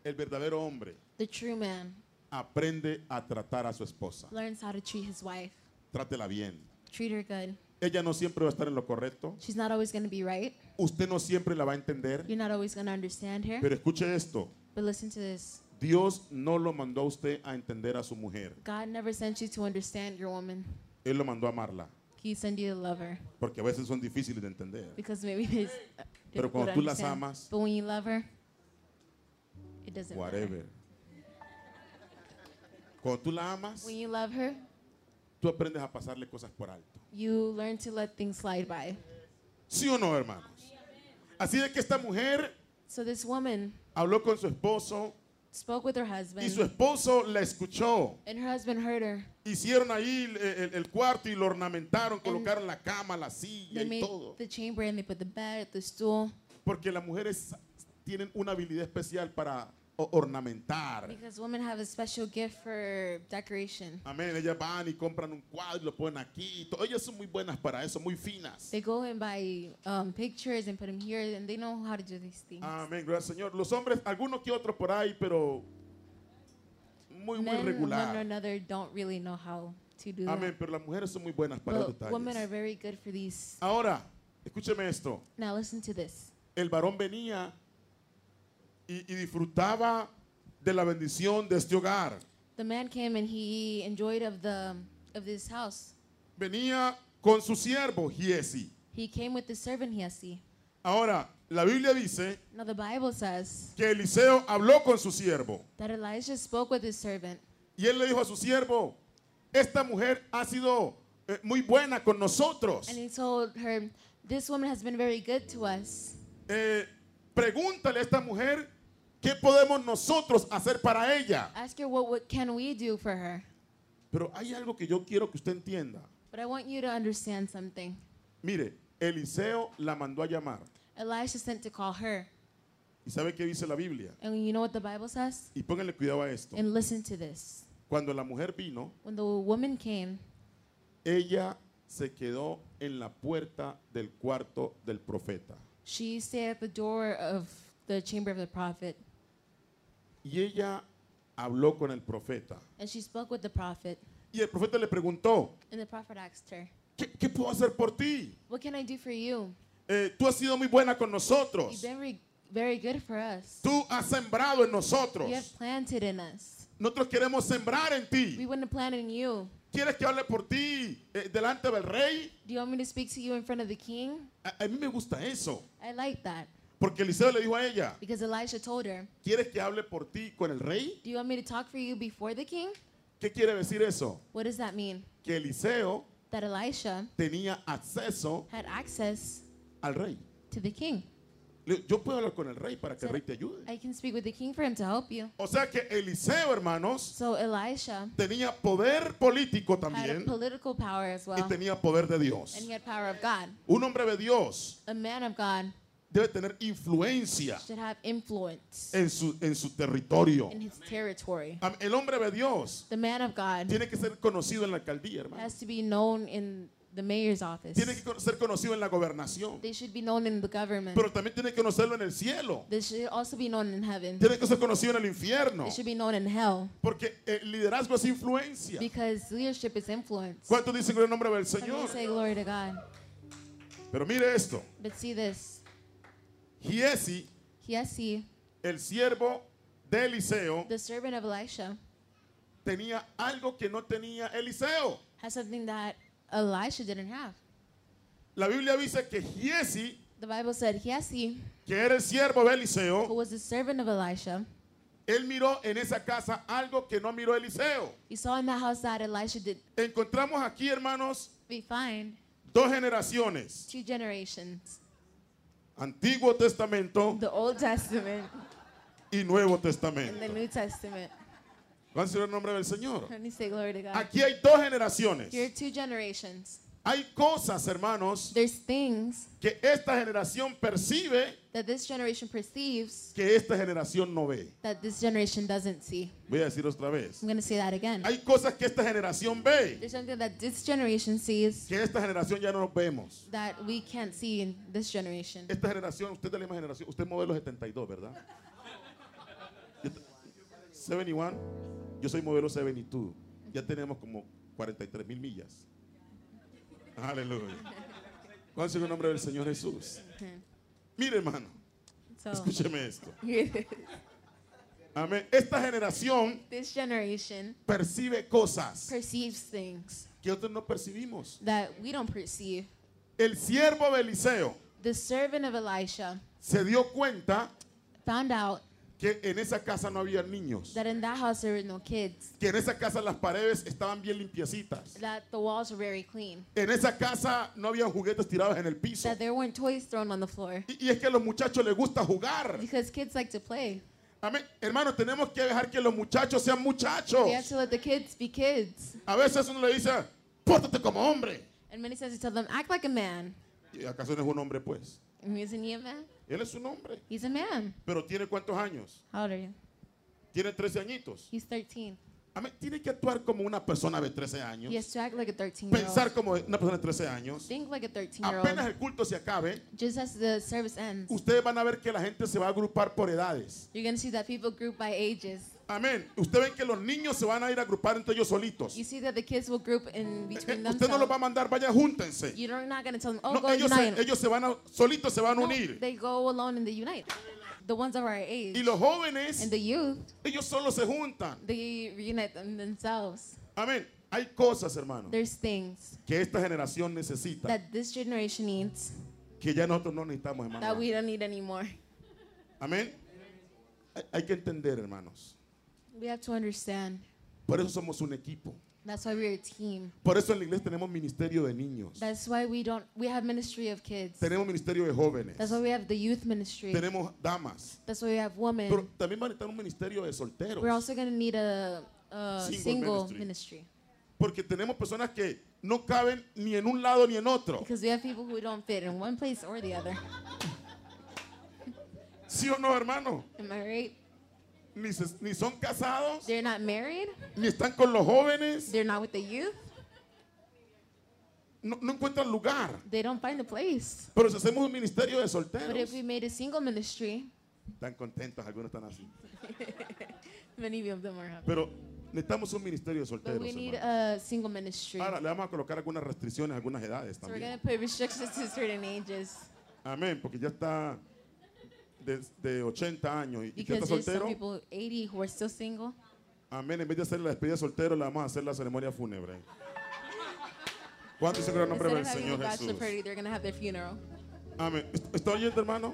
Speaker 2: el verdadero hombre
Speaker 1: the true man
Speaker 2: aprende a tratar a su esposa.
Speaker 1: learns how to treat his wife,
Speaker 2: Trátela bien.
Speaker 1: treat her good.
Speaker 2: Ella no siempre va a estar en lo correcto.
Speaker 1: She's not always going to be right.
Speaker 2: Usted no siempre la va a entender.
Speaker 1: You're not always going to understand her.
Speaker 2: Pero escuche esto.
Speaker 1: But listen to this
Speaker 2: Dios no lo mandó a usted a entender a su mujer.
Speaker 1: God never sent you to understand your woman,
Speaker 2: Él lo mandó a amarla.
Speaker 1: He sent you to love her.
Speaker 2: Porque a veces son difíciles de entender.
Speaker 1: Because maybe <laughs> it's uh,
Speaker 2: Pero
Speaker 1: difficult to
Speaker 2: cuando tú las
Speaker 1: understand.
Speaker 2: amas-
Speaker 1: But when you love her, it doesn't matter.
Speaker 2: Whatever. Cuando tú la amas,
Speaker 1: When you love her,
Speaker 2: tú aprendes a pasarle cosas por alto.
Speaker 1: you learn to let things slide by.
Speaker 2: ¿Sí o no, hermanos? Así de que esta mujer
Speaker 1: So this woman
Speaker 2: habló con su esposo
Speaker 1: spoke with her
Speaker 2: y su
Speaker 1: husband,
Speaker 2: esposo la escuchó.
Speaker 1: and her husband heard her.
Speaker 2: Hicieron ahí el, el- el cuarto y lo ornamentaron, colocaron la cama, la silla
Speaker 1: They
Speaker 2: y
Speaker 1: made
Speaker 2: todo.
Speaker 1: the chamber and they put the bed, the stool,
Speaker 2: Porque las mujeres tienen una habilidad especial para o- ornamentar.
Speaker 1: because women have a special gift for decoration.
Speaker 2: Amén. Ellas van y compran un cuadro y lo ponen aquí. y todo. Ellas son muy buenas para eso, muy finas.
Speaker 1: They go and buy um, pictures and put them here, and they know how to do these things.
Speaker 2: Amén. Gracias, Señor. Los hombres, algunos que otros por ahí, pero muy, muy
Speaker 1: Men, one or
Speaker 2: regular.
Speaker 1: another, don't really know how to do
Speaker 2: Amén.
Speaker 1: that.
Speaker 2: Pero las mujeres son muy buenas para los
Speaker 1: But women are
Speaker 2: detalles.
Speaker 1: very good for these.
Speaker 2: Ahora, escúcheme esto.
Speaker 1: Now listen to this.
Speaker 2: El varón venía y, y disfrutaba de la bendición de este hogar.
Speaker 1: The man came and he enjoyed of the of this house.
Speaker 2: Venía con su siervo, Giesi.
Speaker 1: He came with the servant Hiesi.
Speaker 2: Ahora, la Biblia dice
Speaker 1: Now the Bible says
Speaker 2: que Eliseo habló con su siervo.
Speaker 1: that Elijah spoke with his servant,
Speaker 2: Y él le dijo a su siervo, esta mujer ha sido eh, muy buena con nosotros.
Speaker 1: and he told her, "This woman has been very good to us.
Speaker 2: Eh, pregúntale a esta mujer qué podemos nosotros hacer para ella.
Speaker 1: Ask her what, what can we do for her."
Speaker 2: Pero hay algo que yo quiero que usted entienda.
Speaker 1: But I want you to understand something.
Speaker 2: Mire, Eliseo la mandó a llamar.
Speaker 1: Elijah sent to call her,
Speaker 2: ¿Y sabe qué dice la Biblia?
Speaker 1: and you know what the Bible says?
Speaker 2: Y póngale cuidado a esto.
Speaker 1: And listen to this.
Speaker 2: Cuando la mujer vino,
Speaker 1: When the woman came,
Speaker 2: ella se quedó en la puerta del cuarto del profeta.
Speaker 1: she stayed at the door of the chamber of the prophet,
Speaker 2: Y ella habló con el profeta.
Speaker 1: and she spoke with the prophet.
Speaker 2: Y el profeta le preguntó,
Speaker 1: And the prophet asked her,
Speaker 2: ¿qué, qué puedo hacer por ti?
Speaker 1: What can I do for you?
Speaker 2: Eh, tú has sido muy buena con
Speaker 1: You've
Speaker 2: nosotros.
Speaker 1: been very, very good for us.
Speaker 2: Tú has sembrado en
Speaker 1: You have
Speaker 2: nosotros.
Speaker 1: planted in us.
Speaker 2: Nosotros queremos sembrar en
Speaker 1: We
Speaker 2: ti.
Speaker 1: wouldn't have planted in you.
Speaker 2: ¿Quieres que hable por ti eh, delante del rey?
Speaker 1: Do you want me to speak to you in front of the king?
Speaker 2: A, a mí me gusta eso.
Speaker 1: I like that
Speaker 2: Porque Eliseo le dijo a ella,
Speaker 1: because Elisha told her,
Speaker 2: ¿quieres que hable por ti con el rey?
Speaker 1: Do you want me to talk for you before the king?
Speaker 2: ¿Qué quiere decir eso?
Speaker 1: What does that mean?
Speaker 2: Que Eliseo
Speaker 1: That Elisha
Speaker 2: tenía acceso
Speaker 1: had access
Speaker 2: al rey.
Speaker 1: to the king.
Speaker 2: Le dijo, Yo puedo hablar con el rey para que el rey te ayude.
Speaker 1: I can speak with the king for him to help you.
Speaker 2: O sea que Eliseo, hermanos,
Speaker 1: So Elisha
Speaker 2: tenía poder político
Speaker 1: had a
Speaker 2: también
Speaker 1: political power as
Speaker 2: y
Speaker 1: well, and
Speaker 2: tenía poder de Dios.
Speaker 1: he had power of God.
Speaker 2: Un hombre de Dios
Speaker 1: A man of God
Speaker 2: debe tener influencia
Speaker 1: should have influence
Speaker 2: en su, en su territorio.
Speaker 1: in his territory.
Speaker 2: Am- El hombre de Dios
Speaker 1: The man of God
Speaker 2: tiene que ser conocido en la alcaldía, hermano.
Speaker 1: has to be known in the mayor's office.
Speaker 2: Tiene que con- ser conocido en la gobernación.
Speaker 1: They should be known in the government.
Speaker 2: Pero también tiene que conocerlo en el cielo.
Speaker 1: They should also be known in heaven.
Speaker 2: Tiene que ser conocido en el infierno.
Speaker 1: They should be known in hell
Speaker 2: Porque el liderazgo es influencia.
Speaker 1: because leadership is influence.
Speaker 2: ¿Cuántos dicen con el nombre del
Speaker 1: Can you
Speaker 2: Señor?
Speaker 1: say glory to God?
Speaker 2: Pero mire esto.
Speaker 1: But see this.
Speaker 2: Giesi,
Speaker 1: Yes, he,
Speaker 2: el siervo de Eliseo,
Speaker 1: the servant of Elisha,
Speaker 2: tenía algo que no tenía Eliseo.
Speaker 1: has something that Elisha didn't have.
Speaker 2: La Biblia dice que Giesi,
Speaker 1: The Bible said, yes, he,
Speaker 2: que era el siervo de
Speaker 1: who
Speaker 2: Eliseo,
Speaker 1: was the servant of Elisha,
Speaker 2: Él miró en esa casa algo que no miró Eliseo.
Speaker 1: he saw in the house that Elisha did
Speaker 2: Encontramos aquí, hermanos,
Speaker 1: we find
Speaker 2: dos generaciones.
Speaker 1: two generations,
Speaker 2: Antiguo Testamento
Speaker 1: the Old Testament
Speaker 2: y Nuevo
Speaker 1: and the
Speaker 2: Testamento.
Speaker 1: New Testament. <laughs>
Speaker 2: ¿Cuál será el nombre del Señor?
Speaker 1: Can you say glory to God?
Speaker 2: Aquí hay dos
Speaker 1: Here are
Speaker 2: generaciones.
Speaker 1: two generations.
Speaker 2: Hay cosas, hermanos,
Speaker 1: There's things
Speaker 2: que esta generación percibe
Speaker 1: that this generation perceives
Speaker 2: que esta generación no ve.
Speaker 1: that this generation doesn't see.
Speaker 2: Voy a decir otra vez.
Speaker 1: I'm going to say that again.
Speaker 2: Hay cosas que esta generación ve
Speaker 1: There's something that this generation sees
Speaker 2: que esta generación ya no nos vemos.
Speaker 1: that we can't see in this generation.
Speaker 2: Esta generación, usted es de la misma generación, usted es modelo 72, ¿verdad? Yo te- 71, yo soy modelo 72. Ya tenemos como 43 mil millas. Aleluya. ¿Cuál es el nombre del Señor Jesús? Mire, hermano,
Speaker 1: So <laughs>
Speaker 2: escúcheme esto. Amén. Esta generación
Speaker 1: this generation
Speaker 2: percibe cosas
Speaker 1: perceives things
Speaker 2: que otros no percibimos.
Speaker 1: that we don't perceive.
Speaker 2: El siervo de Eliseo
Speaker 1: The servant of Elisha
Speaker 2: se dio cuenta
Speaker 1: found out
Speaker 2: que en esa casa no había niños,
Speaker 1: that in that house there were no kids,
Speaker 2: que en esa casa las paredes estaban bien limpiecitas.
Speaker 1: that the walls were very clean,
Speaker 2: En esa casa no había juguetes tirados en el piso.
Speaker 1: that there weren't toys thrown on the floor.
Speaker 2: Y, y es que a los muchachos les gusta jugar.
Speaker 1: Because kids like to play.
Speaker 2: Amén. Hermano, tenemos que dejar que los muchachos sean
Speaker 1: We have
Speaker 2: muchachos.
Speaker 1: to let the kids be kids.
Speaker 2: A veces uno le dice, pórtate como hombre.
Speaker 1: And many times we tell them, act like a man.
Speaker 2: ¿Y acaso no es un hombre, pues?
Speaker 1: And isn't he a man?
Speaker 2: Él es un hombre.
Speaker 1: He's a man.
Speaker 2: Pero tiene cuántos años?
Speaker 1: How old are you?
Speaker 2: Tiene 13 añitos.
Speaker 1: He's 13.
Speaker 2: Amén. Tiene que actuar como una persona de 13 años.
Speaker 1: He has to act like a 13 year
Speaker 2: Pensar
Speaker 1: old.
Speaker 2: como una persona de 13 años.
Speaker 1: Think like a 13 year
Speaker 2: Apenas
Speaker 1: old.
Speaker 2: el culto se acabe,
Speaker 1: Just as the service ends,
Speaker 2: ustedes van a ver que la gente se va a agrupar por edades.
Speaker 1: you're going to see that people group by ages.
Speaker 2: Amén. Ustedes ven que los niños se van a ir a agrupar entre ellos solitos.
Speaker 1: You see that the kids will group in between
Speaker 2: Eh, Usted no los va a
Speaker 1: themselves.
Speaker 2: mandar, vaya, júntense.
Speaker 1: You're not going to tell them, oh,
Speaker 2: No,
Speaker 1: go
Speaker 2: ellos, se,
Speaker 1: unite.
Speaker 2: ellos se van a, solitos se van a
Speaker 1: No,
Speaker 2: unir.
Speaker 1: they go alone and they unite. The ones of our age
Speaker 2: Y los jóvenes,
Speaker 1: and the youth,
Speaker 2: ellos solo se juntan.
Speaker 1: they reunite them themselves.
Speaker 2: Amén. Hay cosas, hermano,
Speaker 1: There's things
Speaker 2: que esta generación necesita,
Speaker 1: that this generation needs
Speaker 2: que ya nosotros no necesitamos,
Speaker 1: that
Speaker 2: hermano.
Speaker 1: we don't need anymore.
Speaker 2: Amén. Hay, hay que entender, hermanos.
Speaker 1: We have to understand.
Speaker 2: Por eso somos un equipo.
Speaker 1: That's why we're a team.
Speaker 2: Por eso en la iglesia tenemos ministerio de niños.
Speaker 1: That's why we don't we have ministry of kids.
Speaker 2: Tenemos ministerio de jóvenes.
Speaker 1: That's why we have the youth ministry.
Speaker 2: Tenemos damas.
Speaker 1: That's why we have
Speaker 2: Pero
Speaker 1: women.
Speaker 2: también van a necesitar un ministerio de solteros.
Speaker 1: Eh, We're also gonna need a, a
Speaker 2: Single
Speaker 1: single,
Speaker 2: ministry.
Speaker 1: ministry.
Speaker 2: Porque tenemos personas que no caben ni en un lado ni en otro.
Speaker 1: because we have people who don't fit in one place or the other.
Speaker 2: ¿Sí o no, hermano?
Speaker 1: Am I right?
Speaker 2: Ni, se- ni son casados,
Speaker 1: They're not married.
Speaker 2: ni están con los jóvenes,
Speaker 1: They're not with the youth.
Speaker 2: no, no encuentran lugar.
Speaker 1: They don't find a place.
Speaker 2: Pero si hacemos un ministerio de
Speaker 1: But
Speaker 2: solteros,
Speaker 1: if we made a single ministry,
Speaker 2: están contentos, algunos están así.
Speaker 1: many of them are happy.
Speaker 2: Pero necesitamos un ministerio de
Speaker 1: But
Speaker 2: solteros.
Speaker 1: we need
Speaker 2: hermano.
Speaker 1: a single ministry.
Speaker 2: Ahora le vamos a colocar algunas restricciones, algunas edades
Speaker 1: So we're
Speaker 2: también.
Speaker 1: gonna put restrictions to certain ages
Speaker 2: Amén, porque ya está de, de 80 años y- y ya está
Speaker 1: because there's some
Speaker 2: soltero.
Speaker 1: people 80 who are still single.
Speaker 2: Amén, en vez de hacer la despedida de soltero, le vamos a hacer la ceremonia fúnebre. ¿Cuánto dice que era el nombre del
Speaker 1: Instead of having a
Speaker 2: Señor
Speaker 1: bachelor
Speaker 2: Jesús?
Speaker 1: party, they're gonna have their funeral.
Speaker 2: Amén. ¿Est- ¿Está oyendo, hermano?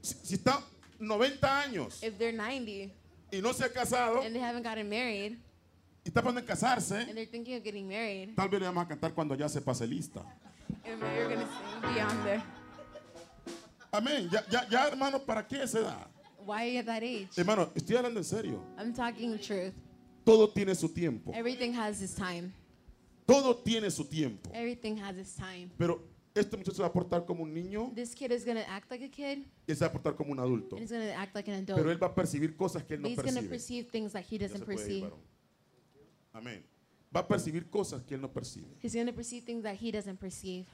Speaker 2: Si, si está 90 años
Speaker 1: If they're 90
Speaker 2: y no se ha casado
Speaker 1: and they haven't gotten married
Speaker 2: y está pensando en casarse,
Speaker 1: and they're thinking of getting married,
Speaker 2: tal vez le vamos a cantar cuando ya se pase lista.
Speaker 1: and we're gonna sing beyond there.
Speaker 2: Amén. Ya, ya, ya, hermano, ¿para qué se da?
Speaker 1: Why at that age?
Speaker 2: Hermano, estoy hablando en serio.
Speaker 1: I'm talking truth.
Speaker 2: Todo tiene su tiempo.
Speaker 1: Everything has its time.
Speaker 2: Todo tiene su tiempo.
Speaker 1: Everything has its time.
Speaker 2: Pero este muchacho se va a portar como un niño
Speaker 1: This kid is gonna act like a kid
Speaker 2: y él se va a portar como un adulto.
Speaker 1: and he's gonna act like an adult.
Speaker 2: Pero él va a percibir cosas que él
Speaker 1: But
Speaker 2: no
Speaker 1: he's gonna
Speaker 2: percibe.
Speaker 1: perceive things that he
Speaker 2: Ya se
Speaker 1: doesn't
Speaker 2: puede ir,
Speaker 1: perceive.
Speaker 2: varón. Amén. Va a percibir cosas que él no percibe.
Speaker 1: He's gonna perceive things that he doesn't perceive.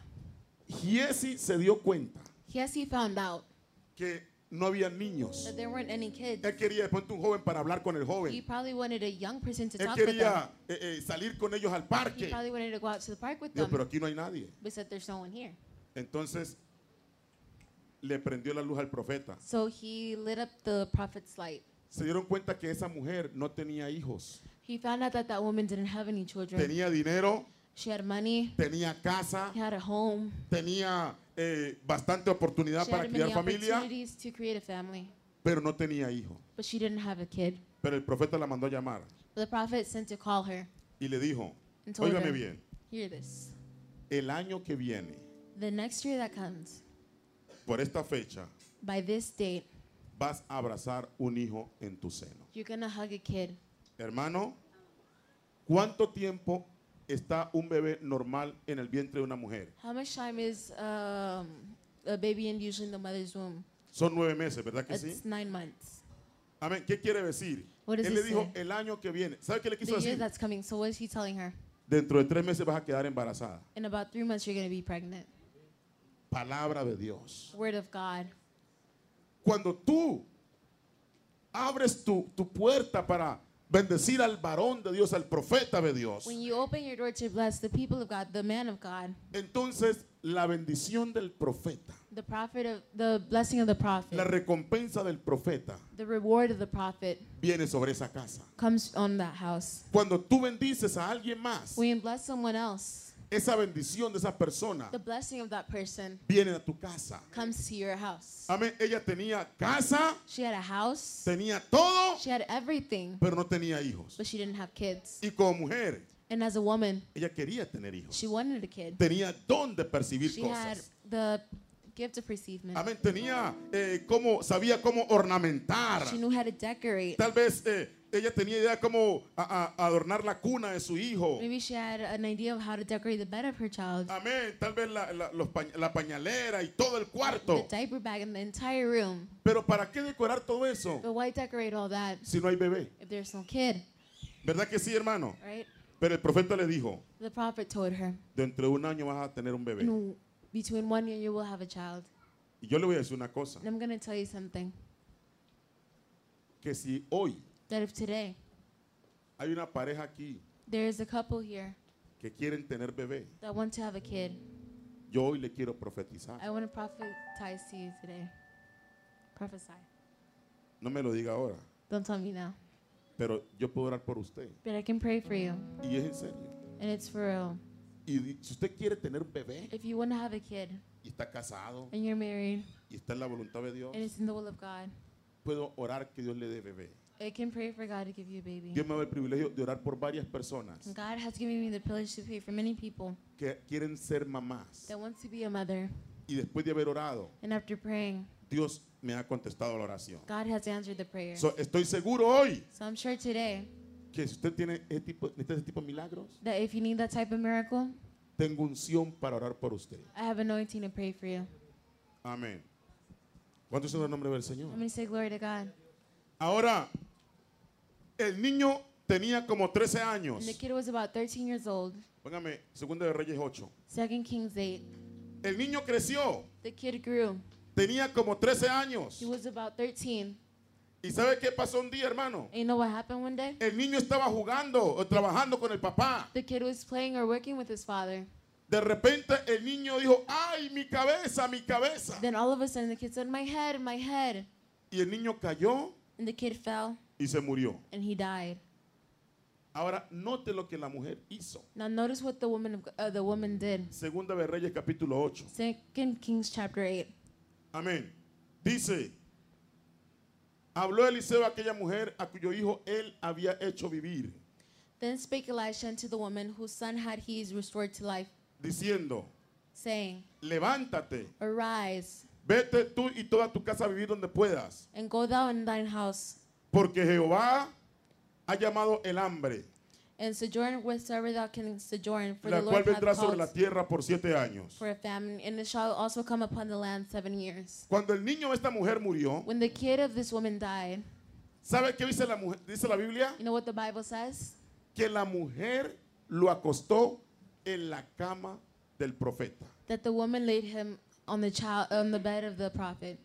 Speaker 2: Giesi se dio cuenta
Speaker 1: Yes, he found out
Speaker 2: que no había niños.
Speaker 1: that there weren't any kids.
Speaker 2: Él quería de pronto un joven para hablar con el
Speaker 1: He
Speaker 2: joven.
Speaker 1: probably wanted a young person to
Speaker 2: Él
Speaker 1: talk with them.
Speaker 2: quería eh, eh, salir con ellos al
Speaker 1: He
Speaker 2: parque.
Speaker 1: probably wanted to go out to the park with
Speaker 2: Dijo, pero
Speaker 1: them.
Speaker 2: aquí no hay nadie.
Speaker 1: We said there's no one here.
Speaker 2: Entonces le prendió la luz al profeta.
Speaker 1: So he lit up the prophet's light.
Speaker 2: Se dieron cuenta que esa mujer no tenía hijos.
Speaker 1: He found out that that woman didn't have any children.
Speaker 2: Tenía dinero,
Speaker 1: she had money.
Speaker 2: tenía casa,
Speaker 1: She had a home.
Speaker 2: tenía eh, bastante oportunidad
Speaker 1: She
Speaker 2: para
Speaker 1: had many
Speaker 2: criar familia,
Speaker 1: opportunities to create a family,
Speaker 2: pero no tenía hijos.
Speaker 1: but she didn't have a kid.
Speaker 2: Pero el profeta la mandó a llamar
Speaker 1: The prophet sent to call her
Speaker 2: y le dijo,
Speaker 1: and told
Speaker 2: óigame
Speaker 1: her,
Speaker 2: bien,
Speaker 1: "Hear this.
Speaker 2: el año que viene,
Speaker 1: The next year that comes,
Speaker 2: por esta fecha,
Speaker 1: by this date,
Speaker 2: vas a abrazar un hijo en tu seno.
Speaker 1: you're gonna hug a kid."
Speaker 2: Hermano, ¿cuánto tiempo está un bebé normal en el vientre de una mujer?
Speaker 1: How much time is um, a baby in usually in the mother's womb?
Speaker 2: Son nueve meses, ¿verdad que sí?
Speaker 1: It's nine months.
Speaker 2: Amén. ¿Qué quiere decir?
Speaker 1: What does
Speaker 2: Él le
Speaker 1: it
Speaker 2: dijo
Speaker 1: say?
Speaker 2: el año que viene. ¿Sabe qué le quiso
Speaker 1: The year
Speaker 2: decir?
Speaker 1: that's coming. So what is he telling her?
Speaker 2: Dentro de tres meses vas a quedar embarazada.
Speaker 1: In about three months, you're going to be pregnant.
Speaker 2: Palabra de Dios.
Speaker 1: Word of God.
Speaker 2: Cuando tú abres tu, tu puerta para bendecir al varón de Dios, al profeta de Dios,
Speaker 1: When you open your door to bless the people of God, the man of God,
Speaker 2: entonces la bendición del profeta,
Speaker 1: the prophet of the blessing of the
Speaker 2: la
Speaker 1: prophet,
Speaker 2: recompensa del profeta
Speaker 1: the reward of the prophet
Speaker 2: viene sobre esa casa.
Speaker 1: comes on that house.
Speaker 2: Cuando tú bendices a alguien más,
Speaker 1: When you bless someone else,
Speaker 2: esa bendición de esa persona
Speaker 1: the blessing of that person
Speaker 2: viene a tu casa.
Speaker 1: comes to your house.
Speaker 2: Amén. Ella tenía casa,
Speaker 1: She had a house.
Speaker 2: tenía todo,
Speaker 1: She had everything,
Speaker 2: pero no tenía hijos.
Speaker 1: but she didn't have kids.
Speaker 2: Y como mujer,
Speaker 1: And as a woman,
Speaker 2: ella quería tener hijos.
Speaker 1: she wanted a kid.
Speaker 2: Tenía don de percibir
Speaker 1: She had
Speaker 2: cosas.
Speaker 1: the gift of perceivement.
Speaker 2: Amén. Tenía eh, cómo, sabía cómo ornamentar.
Speaker 1: She knew how to decorate.
Speaker 2: Tal vez eh, ella tenía idea cómo a- a- adornar la cuna de su hijo.
Speaker 1: Maybe she had an idea of how to decorate the bed of her child,
Speaker 2: Amén. Tal vez la, la- los pa- la pañalera y todo el
Speaker 1: the
Speaker 2: cuarto.
Speaker 1: diaper bag, and the entire room.
Speaker 2: Pero ¿para qué decorar todo eso
Speaker 1: But why decorate all that
Speaker 2: si no hay bebé?
Speaker 1: if there's no kid,
Speaker 2: ¿Verdad que sí, hermano?
Speaker 1: right?
Speaker 2: Pero el profeta le dijo,
Speaker 1: The prophet told her,
Speaker 2: dentro de un año vas a tener un bebé.
Speaker 1: "In- between one year you will have a child.
Speaker 2: Y yo le voy a decir una cosa,
Speaker 1: And I'm going to tell you something
Speaker 2: que si hoy
Speaker 1: that if today
Speaker 2: hay una pareja aquí
Speaker 1: there is a couple here
Speaker 2: que quieren tener bebé,
Speaker 1: that want to have a kid,
Speaker 2: yo hoy le quiero profetizar.
Speaker 1: I want to prophesy to you today. Prophesy.
Speaker 2: No me lo diga ahora,
Speaker 1: Don't tell me now.
Speaker 2: pero yo puedo orar por usted.
Speaker 1: But I can pray for you.
Speaker 2: Y es en serio.
Speaker 1: And it's for real.
Speaker 2: Y di- si usted quiere tener un bebé
Speaker 1: If you want to have a kid
Speaker 2: y está casado
Speaker 1: and you're married
Speaker 2: y está en la voluntad de Dios,
Speaker 1: and it's in the will of God,
Speaker 2: puedo orar que Dios le dé bebé.
Speaker 1: I can pray for God to give you a baby.
Speaker 2: Dios me da el privilegio de orar por varias personas
Speaker 1: And God has given me the privilege to pray for many people
Speaker 2: que quieren ser mamás.
Speaker 1: that want to be a mother.
Speaker 2: Y después de haber orado,
Speaker 1: And after praying,
Speaker 2: Dios me ha contestado la oración.
Speaker 1: God has answered the prayer. So,
Speaker 2: So, estoy seguro hoy
Speaker 1: I'm sure today
Speaker 2: que si usted tiene ese tipo, necesita ese tipo de milagros,
Speaker 1: that if you need that type of miracle,
Speaker 2: tengo unción para orar por usted.
Speaker 1: I have anointing to pray for you.
Speaker 2: Amén. ¿Cuánto es el nombre del Señor?
Speaker 1: I'm going to say glory to God.
Speaker 2: Ahora, el niño tenía como 13
Speaker 1: And the
Speaker 2: años.
Speaker 1: kid was about 13 years old,
Speaker 2: Póngame, Segunda de Reyes 8.
Speaker 1: 2 Kings 8.
Speaker 2: El niño creció,
Speaker 1: The kid grew.
Speaker 2: tenía como 13 años.
Speaker 1: He was about 13.
Speaker 2: ¿Y sabe qué pasó un día, hermano?
Speaker 1: And you know what happened one day?
Speaker 2: El niño estaba jugando o trabajando con el papá.
Speaker 1: The kid was playing or working with his father.
Speaker 2: De repente el niño dijo, ay, mi cabeza, mi cabeza.
Speaker 1: Then all of a sudden the kid said, My head, my head.
Speaker 2: Y el niño cayó
Speaker 1: And the kid fell
Speaker 2: y se murió.
Speaker 1: and he died.
Speaker 2: Ahora, note lo que la mujer hizo.
Speaker 1: Now notice what the woman of, uh, the woman did.
Speaker 2: Segunda de Reyes capítulo 8.
Speaker 1: Second Kings chapter 8.
Speaker 2: Amén. Dice, habló Eliseo a aquella mujer a cuyo hijo él había hecho vivir,
Speaker 1: Then spake Elisha unto the woman whose son had he restored to life,
Speaker 2: diciendo,
Speaker 1: saying,
Speaker 2: levántate,
Speaker 1: Arise
Speaker 2: vete tú y toda tu casa a vivir donde puedas,
Speaker 1: and go thou in thine house
Speaker 2: porque Jehová ha llamado el hambre,
Speaker 1: and sojourn wheresoever thou canst sojourn, for
Speaker 2: la
Speaker 1: the
Speaker 2: cual
Speaker 1: Lord hath
Speaker 2: vendrá sobre
Speaker 1: called
Speaker 2: la tierra por siete años.
Speaker 1: for a famine, and it shall also come upon the land seven years.
Speaker 2: Cuando el niño de esta mujer murió,
Speaker 1: When the kid of this woman died,
Speaker 2: ¿sabe qué dice la, mujer- dice la Biblia?
Speaker 1: you know what the Bible says?
Speaker 2: Que la mujer lo acostó en la cama del profeta.
Speaker 1: That the woman laid him on the child on the bed of the prophet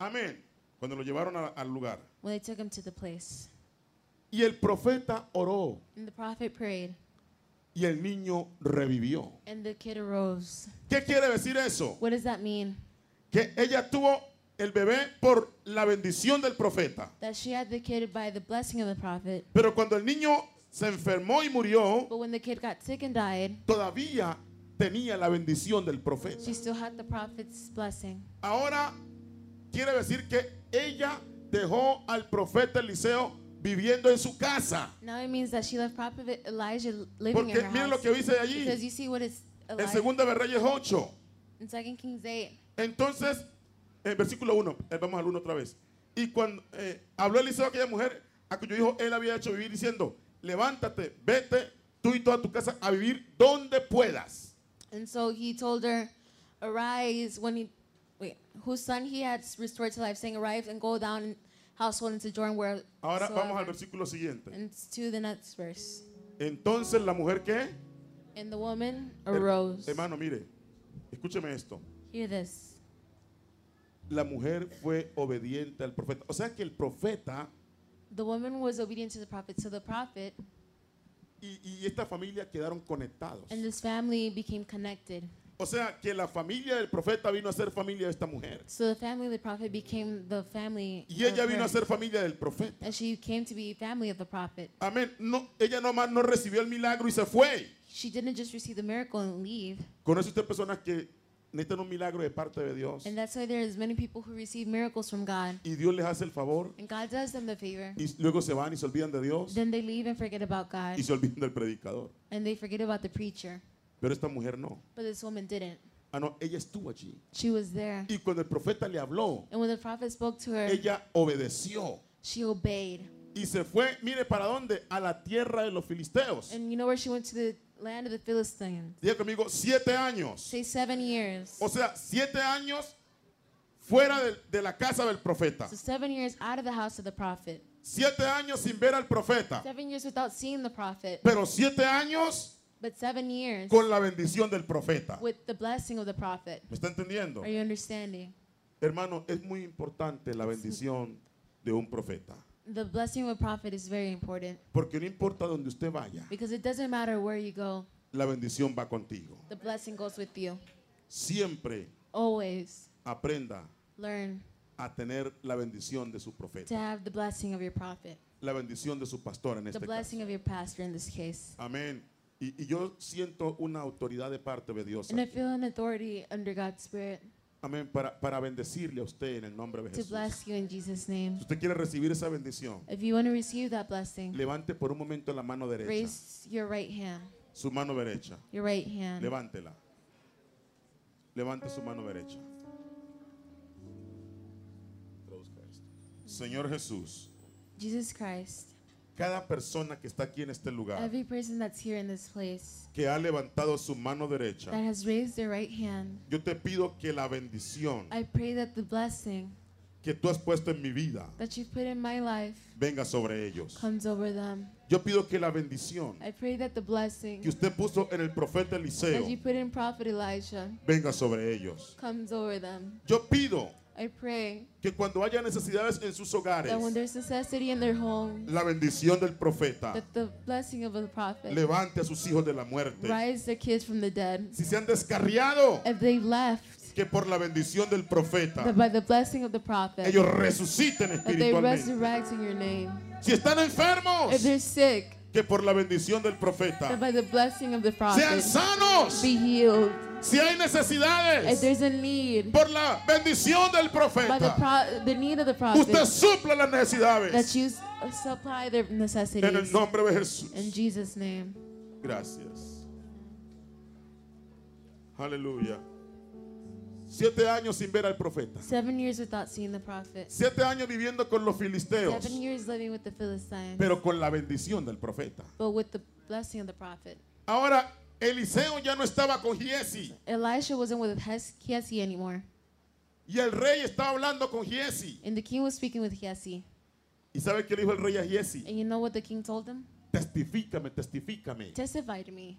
Speaker 2: Amén. Cuando lo llevaron a- al lugar.
Speaker 1: when they took him to the place.
Speaker 2: Y el profeta oró
Speaker 1: And the prophet prayed,
Speaker 2: y el niño revivió.
Speaker 1: and the kid arose.
Speaker 2: ¿Qué quiere decir eso?
Speaker 1: What does that mean?
Speaker 2: Que ella tuvo el bebé por la bendición del profeta.
Speaker 1: That she had the kid by the blessing of the prophet.
Speaker 2: Pero cuando el niño se enfermó y murió,
Speaker 1: But when the kid got sick and died,
Speaker 2: todavía tenía la bendición del profeta.
Speaker 1: she still had the prophet's blessing.
Speaker 2: Ahora quiere decir que ella dejó al profeta Eliseo viviendo en su casa.
Speaker 1: Now it means that she left prophet Elijah living
Speaker 2: Porque
Speaker 1: in her
Speaker 2: miren lo
Speaker 1: house.
Speaker 2: que dice
Speaker 1: Because you
Speaker 2: allí.
Speaker 1: see what is
Speaker 2: En
Speaker 1: Elijah
Speaker 2: segunda de Reyes 8.
Speaker 1: in 2 Kings 8.
Speaker 2: Entonces, el versículo 1, eh, vamos al 1 otra vez. Y cuando eh, habló Eliseo a aquella mujer a cuyo hijo él había hecho vivir, diciendo: Levántate, vete tú y toda tu casa a vivir donde puedas.
Speaker 1: And so he told her, Arise when he, wait, whose son he had restored to life, saying, Arise and go down and household into Jordan, where.
Speaker 2: Ahora
Speaker 1: so-
Speaker 2: vamos al versículo siguiente.
Speaker 1: And to the next verse.
Speaker 2: Entonces la mujer que...
Speaker 1: And the woman
Speaker 2: Her-
Speaker 1: arose.
Speaker 2: Hermano, mire, escúcheme esto.
Speaker 1: Hear this.
Speaker 2: La mujer fue obediente al profeta. O sea que el profeta
Speaker 1: The woman was obedient to the prophet. So the prophet
Speaker 2: y, y esta familia quedaron conectados.
Speaker 1: and this family became connected.
Speaker 2: O sea que la familia del profeta vino a ser familia de esta mujer.
Speaker 1: So the family of the prophet became the family.
Speaker 2: Y ella
Speaker 1: of
Speaker 2: vino a
Speaker 1: her.
Speaker 2: ser familia del profeta.
Speaker 1: And she came to be family of the prophet.
Speaker 2: Amén. No, ella nomás no recibió el milagro y se fue.
Speaker 1: She didn't just receive the miracle and leave.
Speaker 2: Conoce usted personas que necesitan un milagro de parte de Dios.
Speaker 1: And that's why there is many people who receive miracles from God.
Speaker 2: Y Dios les hace el favor.
Speaker 1: And God does them the favor.
Speaker 2: Y luego se van y se olvidan de Dios.
Speaker 1: Then they leave and forget about God.
Speaker 2: Y se olvidan del predicador.
Speaker 1: And they forget about the preacher.
Speaker 2: Pero esta mujer no.
Speaker 1: But this woman didn't.
Speaker 2: Ah, no, ella estuvo allí.
Speaker 1: She was there.
Speaker 2: Y cuando el profeta le habló,
Speaker 1: And when the prophet spoke to her,
Speaker 2: ella obedeció.
Speaker 1: she obeyed.
Speaker 2: Y se fue, mire, ¿para dónde? A la tierra de los filisteos.
Speaker 1: And you know where she went to the land of the Philistines?
Speaker 2: Diga conmigo, siete años.
Speaker 1: Say seven years.
Speaker 2: O sea, siete años fuera de, de la casa del profeta.
Speaker 1: So seven years out of the house of the prophet.
Speaker 2: Siete años sin ver al profeta.
Speaker 1: Seven years without seeing the prophet.
Speaker 2: Pero siete años
Speaker 1: But seven years
Speaker 2: con la bendición del profeta.
Speaker 1: with the blessing of the prophet.
Speaker 2: ¿Me está entendiendo?
Speaker 1: Are you understanding?
Speaker 2: Hermano, es muy importante la bendición de un profeta.
Speaker 1: The blessing of a prophet is very important
Speaker 2: Porque no importa donde usted vaya,
Speaker 1: because it doesn't matter where you go,
Speaker 2: la bendición va contigo.
Speaker 1: the blessing goes with you.
Speaker 2: Siempre
Speaker 1: Always
Speaker 2: aprenda
Speaker 1: learn
Speaker 2: a tener la bendición de su
Speaker 1: to
Speaker 2: profeta.
Speaker 1: have the blessing of your prophet,
Speaker 2: La bendición de su pastor en
Speaker 1: the
Speaker 2: este caso.
Speaker 1: blessing of your pastor in this case.
Speaker 2: Amén. Y, y yo siento una autoridad de parte de Dios.
Speaker 1: And I
Speaker 2: aquí.
Speaker 1: feel an authority under God's Spirit
Speaker 2: Amén. Para, para bendecirle a usted en el nombre de
Speaker 1: to
Speaker 2: Jesús.
Speaker 1: bless you in Jesus' name.
Speaker 2: Si usted quiere recibir esa bendición,
Speaker 1: If you want to receive that blessing,
Speaker 2: levante por un momento la mano derecha.
Speaker 1: raise your right hand.
Speaker 2: Su mano derecha.
Speaker 1: Your right hand.
Speaker 2: Levántela. Levante su mano derecha. Traduzca esto. Señor Jesús,
Speaker 1: Jesus Christ,
Speaker 2: cada persona que está aquí en este lugar,
Speaker 1: every person that's here in this place
Speaker 2: que ha levantado su mano derecha,
Speaker 1: that has raised their right hand,
Speaker 2: yo te pido que la bendición
Speaker 1: I pray that the blessing
Speaker 2: que tú has puesto en mi vida
Speaker 1: that you put in my life
Speaker 2: venga sobre ellos.
Speaker 1: comes over them.
Speaker 2: Yo pido que la bendición
Speaker 1: I pray that the
Speaker 2: que
Speaker 1: blessing
Speaker 2: usted puso en el profeta Eliseo
Speaker 1: that you put in Prophet Elijah
Speaker 2: venga sobre ellos.
Speaker 1: comes over them.
Speaker 2: Yo pido
Speaker 1: I pray
Speaker 2: que cuando haya necesidades en sus hogares,
Speaker 1: that when there's necessity in their home,
Speaker 2: la bendición del profeta
Speaker 1: that the blessing of the prophet
Speaker 2: levante a sus hijos de la muerte.
Speaker 1: rise the kids from the dead.
Speaker 2: Si se han descarriado,
Speaker 1: If they left,
Speaker 2: que por la bendición del profeta
Speaker 1: that by the blessing of the prophet,
Speaker 2: ellos resuciten
Speaker 1: that they
Speaker 2: espiritualmente.
Speaker 1: resurrect in your name.
Speaker 2: Si están enfermos,
Speaker 1: If they're sick,
Speaker 2: que por la bendición del
Speaker 1: that
Speaker 2: profeta
Speaker 1: by the blessing of the
Speaker 2: sean
Speaker 1: prophet,
Speaker 2: sanos.
Speaker 1: be healed.
Speaker 2: Si hay
Speaker 1: If
Speaker 2: necesidades,
Speaker 1: there's a need,
Speaker 2: por la bendición del
Speaker 1: by the,
Speaker 2: profeta,
Speaker 1: pro- the need of the
Speaker 2: usted
Speaker 1: prophet,
Speaker 2: suple las
Speaker 1: Ah, that
Speaker 2: necesidades.
Speaker 1: you s- uh, supply their
Speaker 2: En el
Speaker 1: necessities.
Speaker 2: nombre de Jesús.
Speaker 1: In Jesus' name.
Speaker 2: Gracias. Aleluya. Siete años sin ver al profeta.
Speaker 1: Seven years without seeing the prophet.
Speaker 2: Siete años viviendo con los filisteos.
Speaker 1: Seven years living with the Philistines,
Speaker 2: Pero con la bendición del profeta.
Speaker 1: but with the blessing of the prophet.
Speaker 2: Ahora, Eliseo ya no estaba con Giesi.
Speaker 1: Elisha wasn't with Hes- Giesi anymore,
Speaker 2: Y el rey estaba hablando con Giesi.
Speaker 1: and the king was speaking with Giesi.
Speaker 2: ¿Y sabe qué le dijo el rey a Giesi?
Speaker 1: And you know what the king told him?
Speaker 2: Testifícame, testifícame.
Speaker 1: Testify to me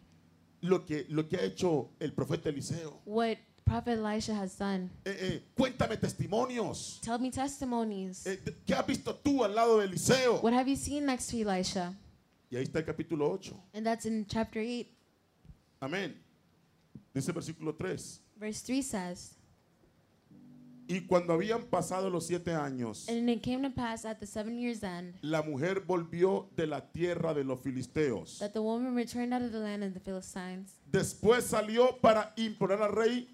Speaker 2: Lo que, lo que ha hecho el profeta Eliseo.
Speaker 1: what prophet Elisha has done.
Speaker 2: Eh, eh, cuéntame testimonios.
Speaker 1: Tell me testimonies.
Speaker 2: Eh, oh. ¿Qué has visto tú al lado de Eliseo?
Speaker 1: What have you seen next to Elisha?
Speaker 2: Y ahí está el capítulo 8.
Speaker 1: And that's in chapter 8,
Speaker 2: Amén. Dice el versículo 3.
Speaker 1: verse 3 says,
Speaker 2: Y cuando habían pasado los siete años,
Speaker 1: And it came to pass at the seven years' end
Speaker 2: la mujer volvió de la tierra de los filisteos.
Speaker 1: that the woman returned out of the land of the Philistines.
Speaker 2: Después salió para implorar al rey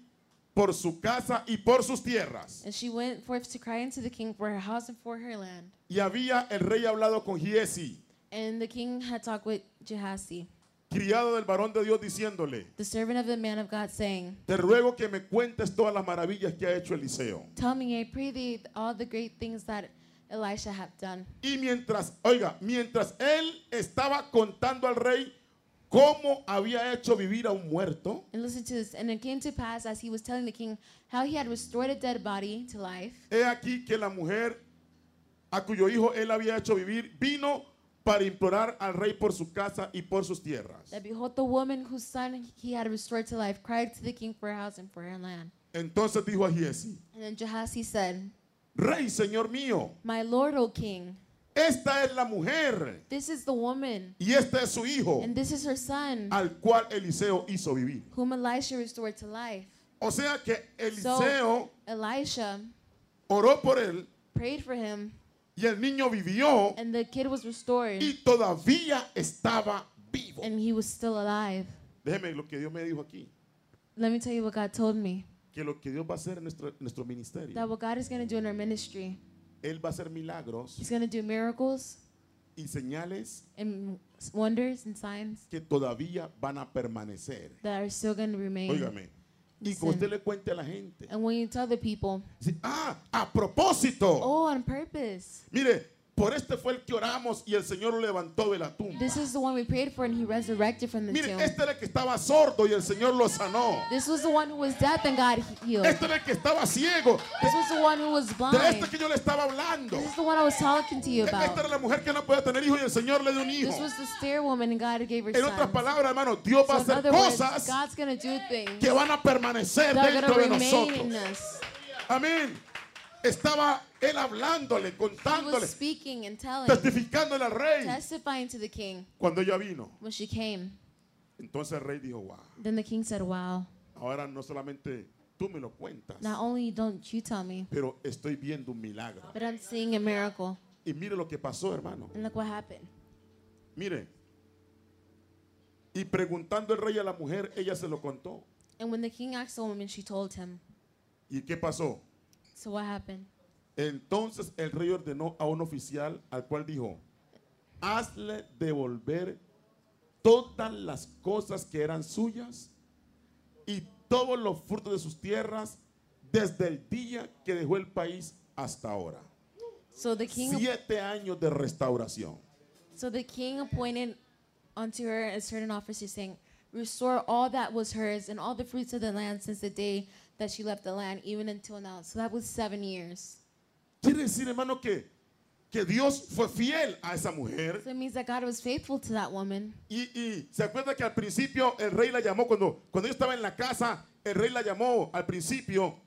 Speaker 2: por su casa y por sus tierras.
Speaker 1: And she went forth to cry unto the king for her house and for her land.
Speaker 2: Y había el rey hablado con Giesi,
Speaker 1: And the king had talked with Gehazi,
Speaker 2: criado del varón de Dios, diciéndole,
Speaker 1: the servant of the man of God, saying,
Speaker 2: te ruego que me cuentes todas las maravillas que ha hecho Eliseo.
Speaker 1: Tell me, I pray thee, all the great things that Elisha hath done.
Speaker 2: Y mientras, oiga, mientras él estaba contando al rey cómo había hecho vivir a un muerto
Speaker 1: And listen to this. And it came to pass as he was telling the king how he had restored a dead body to life.
Speaker 2: He aquí que la mujer a cuyo hijo él había hecho vivir vino para implorar al rey por su casa y por sus tierras.
Speaker 1: That behold, the woman whose son he had restored to life cried to the king for her house and for her land.
Speaker 2: Entonces dijo a Giesi,
Speaker 1: And then Gehazi said,
Speaker 2: Rey, señor mío,
Speaker 1: My lord, O king,
Speaker 2: esta es la mujer
Speaker 1: this is the woman,
Speaker 2: y este es su hijo
Speaker 1: and this is her son,
Speaker 2: al cual Eliseo hizo vivir.
Speaker 1: whom Elisha restored to life.
Speaker 2: O sea que Eliseo
Speaker 1: So Elisha
Speaker 2: oró por él
Speaker 1: prayed for him,
Speaker 2: y el niño vivió
Speaker 1: and the kid was restored,
Speaker 2: y todavía estaba vivo.
Speaker 1: and he was still alive.
Speaker 2: Déjeme lo que Dios me dijo aquí,
Speaker 1: Let me tell you what God told me
Speaker 2: que lo que Dios va a hacer en nuestro, nuestro
Speaker 1: that
Speaker 2: ministerio,
Speaker 1: what God is going to do in our ministry,
Speaker 2: Él va a hacer milagros
Speaker 1: He's going to do miracles
Speaker 2: y señales
Speaker 1: and wonders and signs
Speaker 2: que todavía van a permanecer.
Speaker 1: that are still going to remain.
Speaker 2: Óigame. Y que usted le cuente a la gente.
Speaker 1: And when you tell the people,
Speaker 2: dice, ah, a propósito.
Speaker 1: oh, on purpose,
Speaker 2: Mire, por este fue el que oramos y el Señor lo levantó de la tumba.
Speaker 1: this is the one we prayed for, and he resurrected from the
Speaker 2: Mire,
Speaker 1: tomb.
Speaker 2: este era el que estaba sordo y el Señor lo sanó.
Speaker 1: This was the one who was deaf and God he- healed.
Speaker 2: Este era el que estaba ciego.
Speaker 1: This was the one who was
Speaker 2: De
Speaker 1: blind.
Speaker 2: este que yo le estaba hablando.
Speaker 1: This is the one I was talking to you
Speaker 2: Esta era
Speaker 1: about.
Speaker 2: la mujer que no podía tener hijo y el Señor le dio un hijo.
Speaker 1: This was the stair woman, and God gave her
Speaker 2: En otras
Speaker 1: son.
Speaker 2: palabras, hermano, Dios va a
Speaker 1: So
Speaker 2: hacer
Speaker 1: in other words,
Speaker 2: cosas
Speaker 1: God's going to do things
Speaker 2: que
Speaker 1: that
Speaker 2: van a permanecer
Speaker 1: are
Speaker 2: dentro de
Speaker 1: going to remain in
Speaker 2: nosotros.
Speaker 1: us.
Speaker 2: Amén. Estaba él hablándole,
Speaker 1: He
Speaker 2: contándole,
Speaker 1: was speaking and telling,
Speaker 2: testificándole al rey.
Speaker 1: testifying to the king
Speaker 2: Cuando ella vino,
Speaker 1: when she came.
Speaker 2: entonces el rey dijo, wow,
Speaker 1: Then the king said, wow,
Speaker 2: ahora no solamente tú me lo cuentas,
Speaker 1: not only don't you tell me,
Speaker 2: pero estoy viendo un milagro.
Speaker 1: but I'm seeing a miracle.
Speaker 2: Y mire lo que pasó, hermano.
Speaker 1: And look what happened.
Speaker 2: Mire. Y preguntando el rey a la mujer, ella se lo contó.
Speaker 1: And when the king asked the woman, she told him.
Speaker 2: ¿Y qué pasó?
Speaker 1: So what happened?
Speaker 2: Entonces el rey ordenó a un oficial al cual dijo, hazle devolver todas las cosas que eran suyas y todos los frutos de sus tierras desde el día que dejó el país hasta ahora.
Speaker 1: So the king,
Speaker 2: Siete años de restauración.
Speaker 1: so the king appointed unto her a certain officer, saying, "Restore all that was hers and all the fruits of the land since the day that she left the land, even until now." So that was seven years.
Speaker 2: Quiere decir, hermano, que, que Dios fue fiel a esa mujer.
Speaker 1: So it means that God was faithful to that woman.
Speaker 2: Y, y se acuerda que al principio el rey la llamó, cuando, cuando yo estaba en la casa, el rey la llamó al principio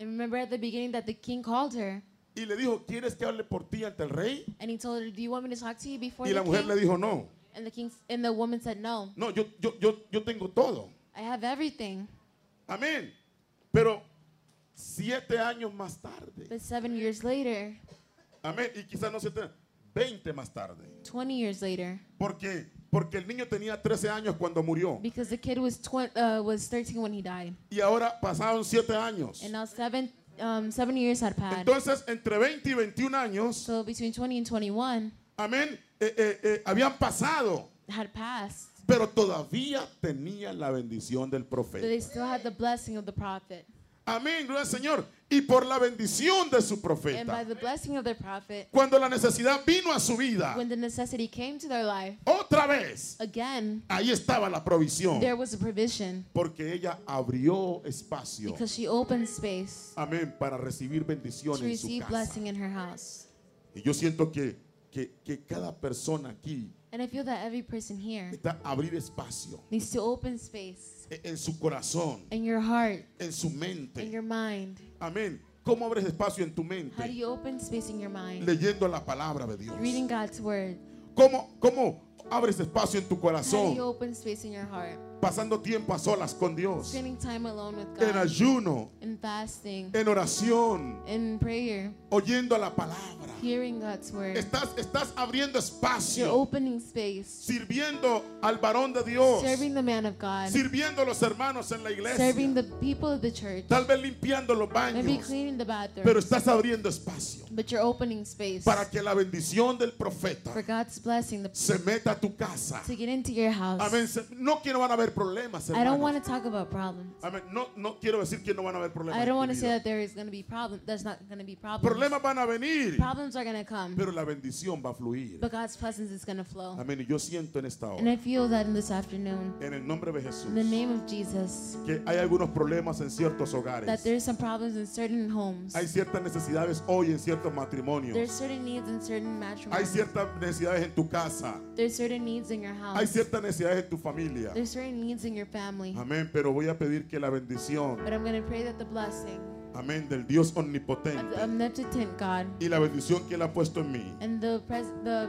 Speaker 1: And remember at the beginning that the king called her
Speaker 2: Y le dijo, ¿quieres que hable por ti ante el rey?
Speaker 1: and he told her, "Do you want me to talk to you before
Speaker 2: Y la
Speaker 1: the
Speaker 2: mujer
Speaker 1: king?"
Speaker 2: le dijo, no,
Speaker 1: and the king and the woman said, "No,
Speaker 2: no, yo, yo, yo, yo tengo todo.
Speaker 1: I have everything."
Speaker 2: Amén. Pero siete años más tarde,
Speaker 1: But seven years later,
Speaker 2: amén, y quizás no siete, veinte más tarde,
Speaker 1: twenty years later,
Speaker 2: porque, porque el niño tenía 13 años cuando murió
Speaker 1: because the kid was twen- uh, was thirteen when he died.
Speaker 2: y ahora pasaron siete años.
Speaker 1: And now seven, um, seven years had passed.
Speaker 2: Entonces, entre 20 y 21 años,
Speaker 1: So between 20 and 21
Speaker 2: amén, eh, eh, eh, habían pasado,
Speaker 1: had passed,
Speaker 2: pero todavía tenía la bendición del
Speaker 1: but they
Speaker 2: profeta.
Speaker 1: still had the blessing of the prophet.
Speaker 2: Amén, gloria al Señor. Y por la bendición de su
Speaker 1: And by
Speaker 2: profeta.
Speaker 1: the blessing of the prophet,
Speaker 2: Cuando la necesidad vino a su vida,
Speaker 1: when the necessity came to their life,
Speaker 2: otra vez,
Speaker 1: again,
Speaker 2: ahí estaba la provisión.
Speaker 1: there was a provision
Speaker 2: Porque ella abrió espacio,
Speaker 1: because she opened space
Speaker 2: amén, para recibir bendición
Speaker 1: to
Speaker 2: en su
Speaker 1: receive
Speaker 2: casa.
Speaker 1: blessing in her house.
Speaker 2: Y yo siento que, que, que cada persona aquí
Speaker 1: And I feel that every person here
Speaker 2: está a abrir espacio
Speaker 1: needs to open space
Speaker 2: e- en su corazón,
Speaker 1: in your heart,
Speaker 2: en su
Speaker 1: in
Speaker 2: mente.
Speaker 1: your mind.
Speaker 2: Amén. ¿Cómo abres espacio en tu
Speaker 1: How do
Speaker 2: mente?
Speaker 1: you open space in your mind?
Speaker 2: Leyendo la palabra de Dios.
Speaker 1: Reading God's word.
Speaker 2: Ah, ¿Cómo, cómo abres espacio en tu
Speaker 1: How do you
Speaker 2: corazón?
Speaker 1: open space in your heart?
Speaker 2: Pasando tiempo a solas con Dios.
Speaker 1: Spending time alone with
Speaker 2: En
Speaker 1: God.
Speaker 2: ayuno,
Speaker 1: in fasting,
Speaker 2: en oración,
Speaker 1: in prayer,
Speaker 2: oyendo la palabra.
Speaker 1: hearing God's word.
Speaker 2: Estás, estás abriendo
Speaker 1: You're
Speaker 2: espacio,
Speaker 1: opening space,
Speaker 2: sirviendo al varón de Dios,
Speaker 1: serving the man of God,
Speaker 2: sirviendo a los hermanos en Oh, la iglesia,
Speaker 1: serving the people of the church,
Speaker 2: tal vez limpiando los
Speaker 1: maybe
Speaker 2: baños,
Speaker 1: cleaning the
Speaker 2: pero
Speaker 1: bathroom.
Speaker 2: estás abriendo espacio
Speaker 1: But you're opening space
Speaker 2: para que la bendición del profeta
Speaker 1: for God's blessing the,
Speaker 2: se meta a tu casa.
Speaker 1: to get into your house.
Speaker 2: Amén. Se- No quiero van a haber problemas,
Speaker 1: I don't want
Speaker 2: hermanos.
Speaker 1: to talk about problems.
Speaker 2: Amén. No, no quiero decir que no van a haber problemas.
Speaker 1: I
Speaker 2: en
Speaker 1: don't
Speaker 2: tu
Speaker 1: want to say
Speaker 2: vida.
Speaker 1: that there is going to be problem. There's not going to be problems.
Speaker 2: Problemas van a venir,
Speaker 1: problems are going to come,
Speaker 2: pero la bendición va a fluir.
Speaker 1: but God's presence is going to flow.
Speaker 2: Amén. Y yo siento en esta
Speaker 1: And
Speaker 2: hora,
Speaker 1: I feel that in this afternoon,
Speaker 2: en el nombre de Jesús,
Speaker 1: in the name of Jesus,
Speaker 2: que hay algunos problemas en ciertos
Speaker 1: that
Speaker 2: hogares.
Speaker 1: there's some problems in certain homes.
Speaker 2: Hay ciertas necesidades hoy en ciertos
Speaker 1: There's
Speaker 2: matrimonios.
Speaker 1: certain needs in certain
Speaker 2: Hay
Speaker 1: matrimonies.
Speaker 2: ciertas necesidades en tu casa.
Speaker 1: There's certain needs in your
Speaker 2: Hay
Speaker 1: house.
Speaker 2: ciertas necesidades en tu familia.
Speaker 1: There's certain needs in your family.
Speaker 2: Amén. Pero voy a pedir que la bendición,
Speaker 1: But I'm going to pray that the blessing
Speaker 2: amén, del Dios
Speaker 1: of
Speaker 2: omnipotente
Speaker 1: the omnipotent God
Speaker 2: y la bendición que Él ha puesto en mí,
Speaker 1: and the, pres- the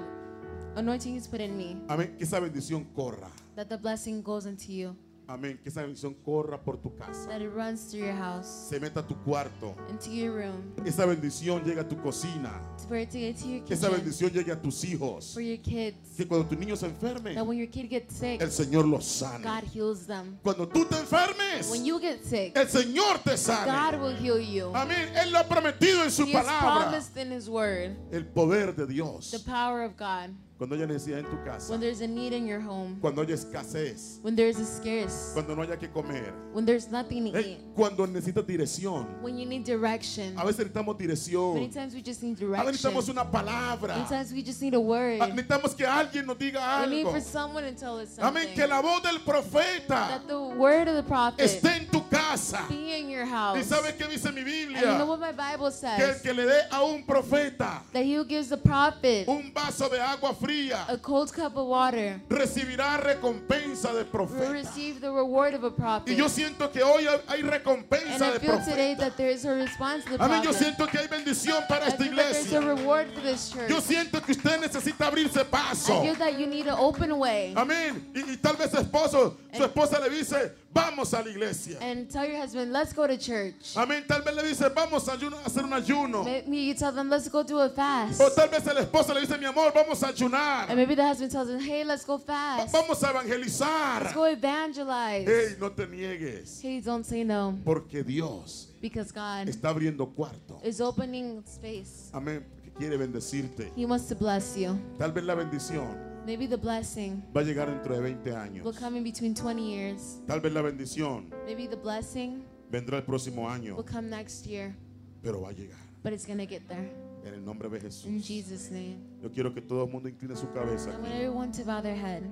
Speaker 1: anointing He's put in me,
Speaker 2: amén, que esa bendición corra.
Speaker 1: that the blessing goes into you,
Speaker 2: Amén. Que esa bendición corra por tu casa.
Speaker 1: that it runs through your house,
Speaker 2: Se meta a tu cuarto.
Speaker 1: into your room,
Speaker 2: Esa bendición llegue a tu cocina.
Speaker 1: for it to get to your
Speaker 2: Que esa
Speaker 1: kitchen,
Speaker 2: bendición llegue a tus hijos.
Speaker 1: for your kids,
Speaker 2: Que cuando tu niño se enferme,
Speaker 1: that when your kid gets sick,
Speaker 2: el Señor los
Speaker 1: God
Speaker 2: sane.
Speaker 1: heals them.
Speaker 2: Cuando tú te enfermes,
Speaker 1: When you get sick,
Speaker 2: el Señor te
Speaker 1: God
Speaker 2: sane.
Speaker 1: will heal you.
Speaker 2: Amén. Él lo ha prometido en Ah, su
Speaker 1: He has
Speaker 2: palabra.
Speaker 1: promised in His word
Speaker 2: El poder de
Speaker 1: the
Speaker 2: Dios.
Speaker 1: power of God.
Speaker 2: Cuando haya necesidad en tu casa,
Speaker 1: When there's a need in your home,
Speaker 2: cuando haya escasez,
Speaker 1: when there's a scarce,
Speaker 2: cuando no haya que comer,
Speaker 1: when there's nothing to eat,
Speaker 2: Ey, cuando necesitas dirección.
Speaker 1: when you need direction.
Speaker 2: A veces necesitamos
Speaker 1: Many
Speaker 2: dirección.
Speaker 1: times we just need
Speaker 2: A veces
Speaker 1: direction.
Speaker 2: necesitamos una
Speaker 1: Many
Speaker 2: palabra.
Speaker 1: times we just need a word.
Speaker 2: Ah, Necesitamos que alguien nos diga
Speaker 1: We need
Speaker 2: algo.
Speaker 1: for someone to tell us
Speaker 2: Amén.
Speaker 1: something.
Speaker 2: Que la voz del profeta
Speaker 1: That the word of the prophet
Speaker 2: esté en tu casa.
Speaker 1: be in your
Speaker 2: ¿Y
Speaker 1: house.
Speaker 2: sabes qué dice mi
Speaker 1: And you
Speaker 2: Biblia?
Speaker 1: know what my Bible
Speaker 2: Que el
Speaker 1: says?
Speaker 2: que le dé a un profeta
Speaker 1: That he who gives the prophet
Speaker 2: un vaso de agua fría
Speaker 1: a cold cup of water
Speaker 2: recibirá recompensa de
Speaker 1: will
Speaker 2: profeta.
Speaker 1: receive the reward of a
Speaker 2: Y
Speaker 1: prophet.
Speaker 2: yo siento que hoy hay- hay
Speaker 1: And
Speaker 2: recompensa
Speaker 1: I
Speaker 2: de
Speaker 1: feel today
Speaker 2: profeta.
Speaker 1: that there is a response to the
Speaker 2: Amén. Yo
Speaker 1: prophet.
Speaker 2: siento que hay bendición para
Speaker 1: I
Speaker 2: esta
Speaker 1: feel that there's a
Speaker 2: iglesia.
Speaker 1: reward for this church.
Speaker 2: Yo siento que usted necesita abrirse paso.
Speaker 1: I feel that you need an open way.
Speaker 2: Amén. Y, y tal vez su esposo, su esposa le dice, vamos a la iglesia.
Speaker 1: And tell your husband, let's go to church.
Speaker 2: Amén. Tal vez le dice, vamos a ayuno- a hacer un ayuno.
Speaker 1: Maybe you tell them, let's go do a fast.
Speaker 2: O tal vez el esposo le dice, mi amor, vamos a
Speaker 1: And
Speaker 2: ayunar.
Speaker 1: maybe the husband tells him, hey, let's go
Speaker 2: Va-
Speaker 1: fast.
Speaker 2: Vamos a
Speaker 1: Let's
Speaker 2: evangelizar.
Speaker 1: go evangelize.
Speaker 2: Hey, no te niegues.
Speaker 1: Hey, don't say no.
Speaker 2: Porque Dios
Speaker 1: Because God
Speaker 2: está abriendo cuarto.
Speaker 1: is opening space.
Speaker 2: Amén. Porque quiere bendecirte.
Speaker 1: He wants to bless you.
Speaker 2: Tal vez la bendición
Speaker 1: Maybe the blessing
Speaker 2: va a llegar dentro de 20
Speaker 1: will
Speaker 2: años.
Speaker 1: come in between 20 years.
Speaker 2: Tal vez la bendición
Speaker 1: Maybe the blessing
Speaker 2: vendrá el próximo año.
Speaker 1: will come next year.
Speaker 2: Pero va a llegar.
Speaker 1: But it's going to get there.
Speaker 2: En el nombre de
Speaker 1: In
Speaker 2: Jesús.
Speaker 1: Jesus' name.
Speaker 2: Yo quiero que todo el mundo incline su cabeza.
Speaker 1: I want everyone to bow their head.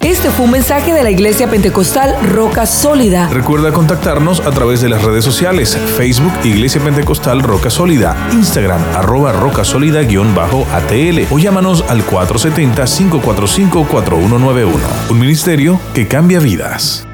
Speaker 3: Este fue un mensaje de la Iglesia Pentecostal Roca Sólida.
Speaker 4: Recuerda contactarnos a través de las redes sociales, Facebook Iglesia Pentecostal Roca Sólida, Instagram arroba roca sólida-atl o llámanos al 470-545-4191. Un ministerio que cambia vidas.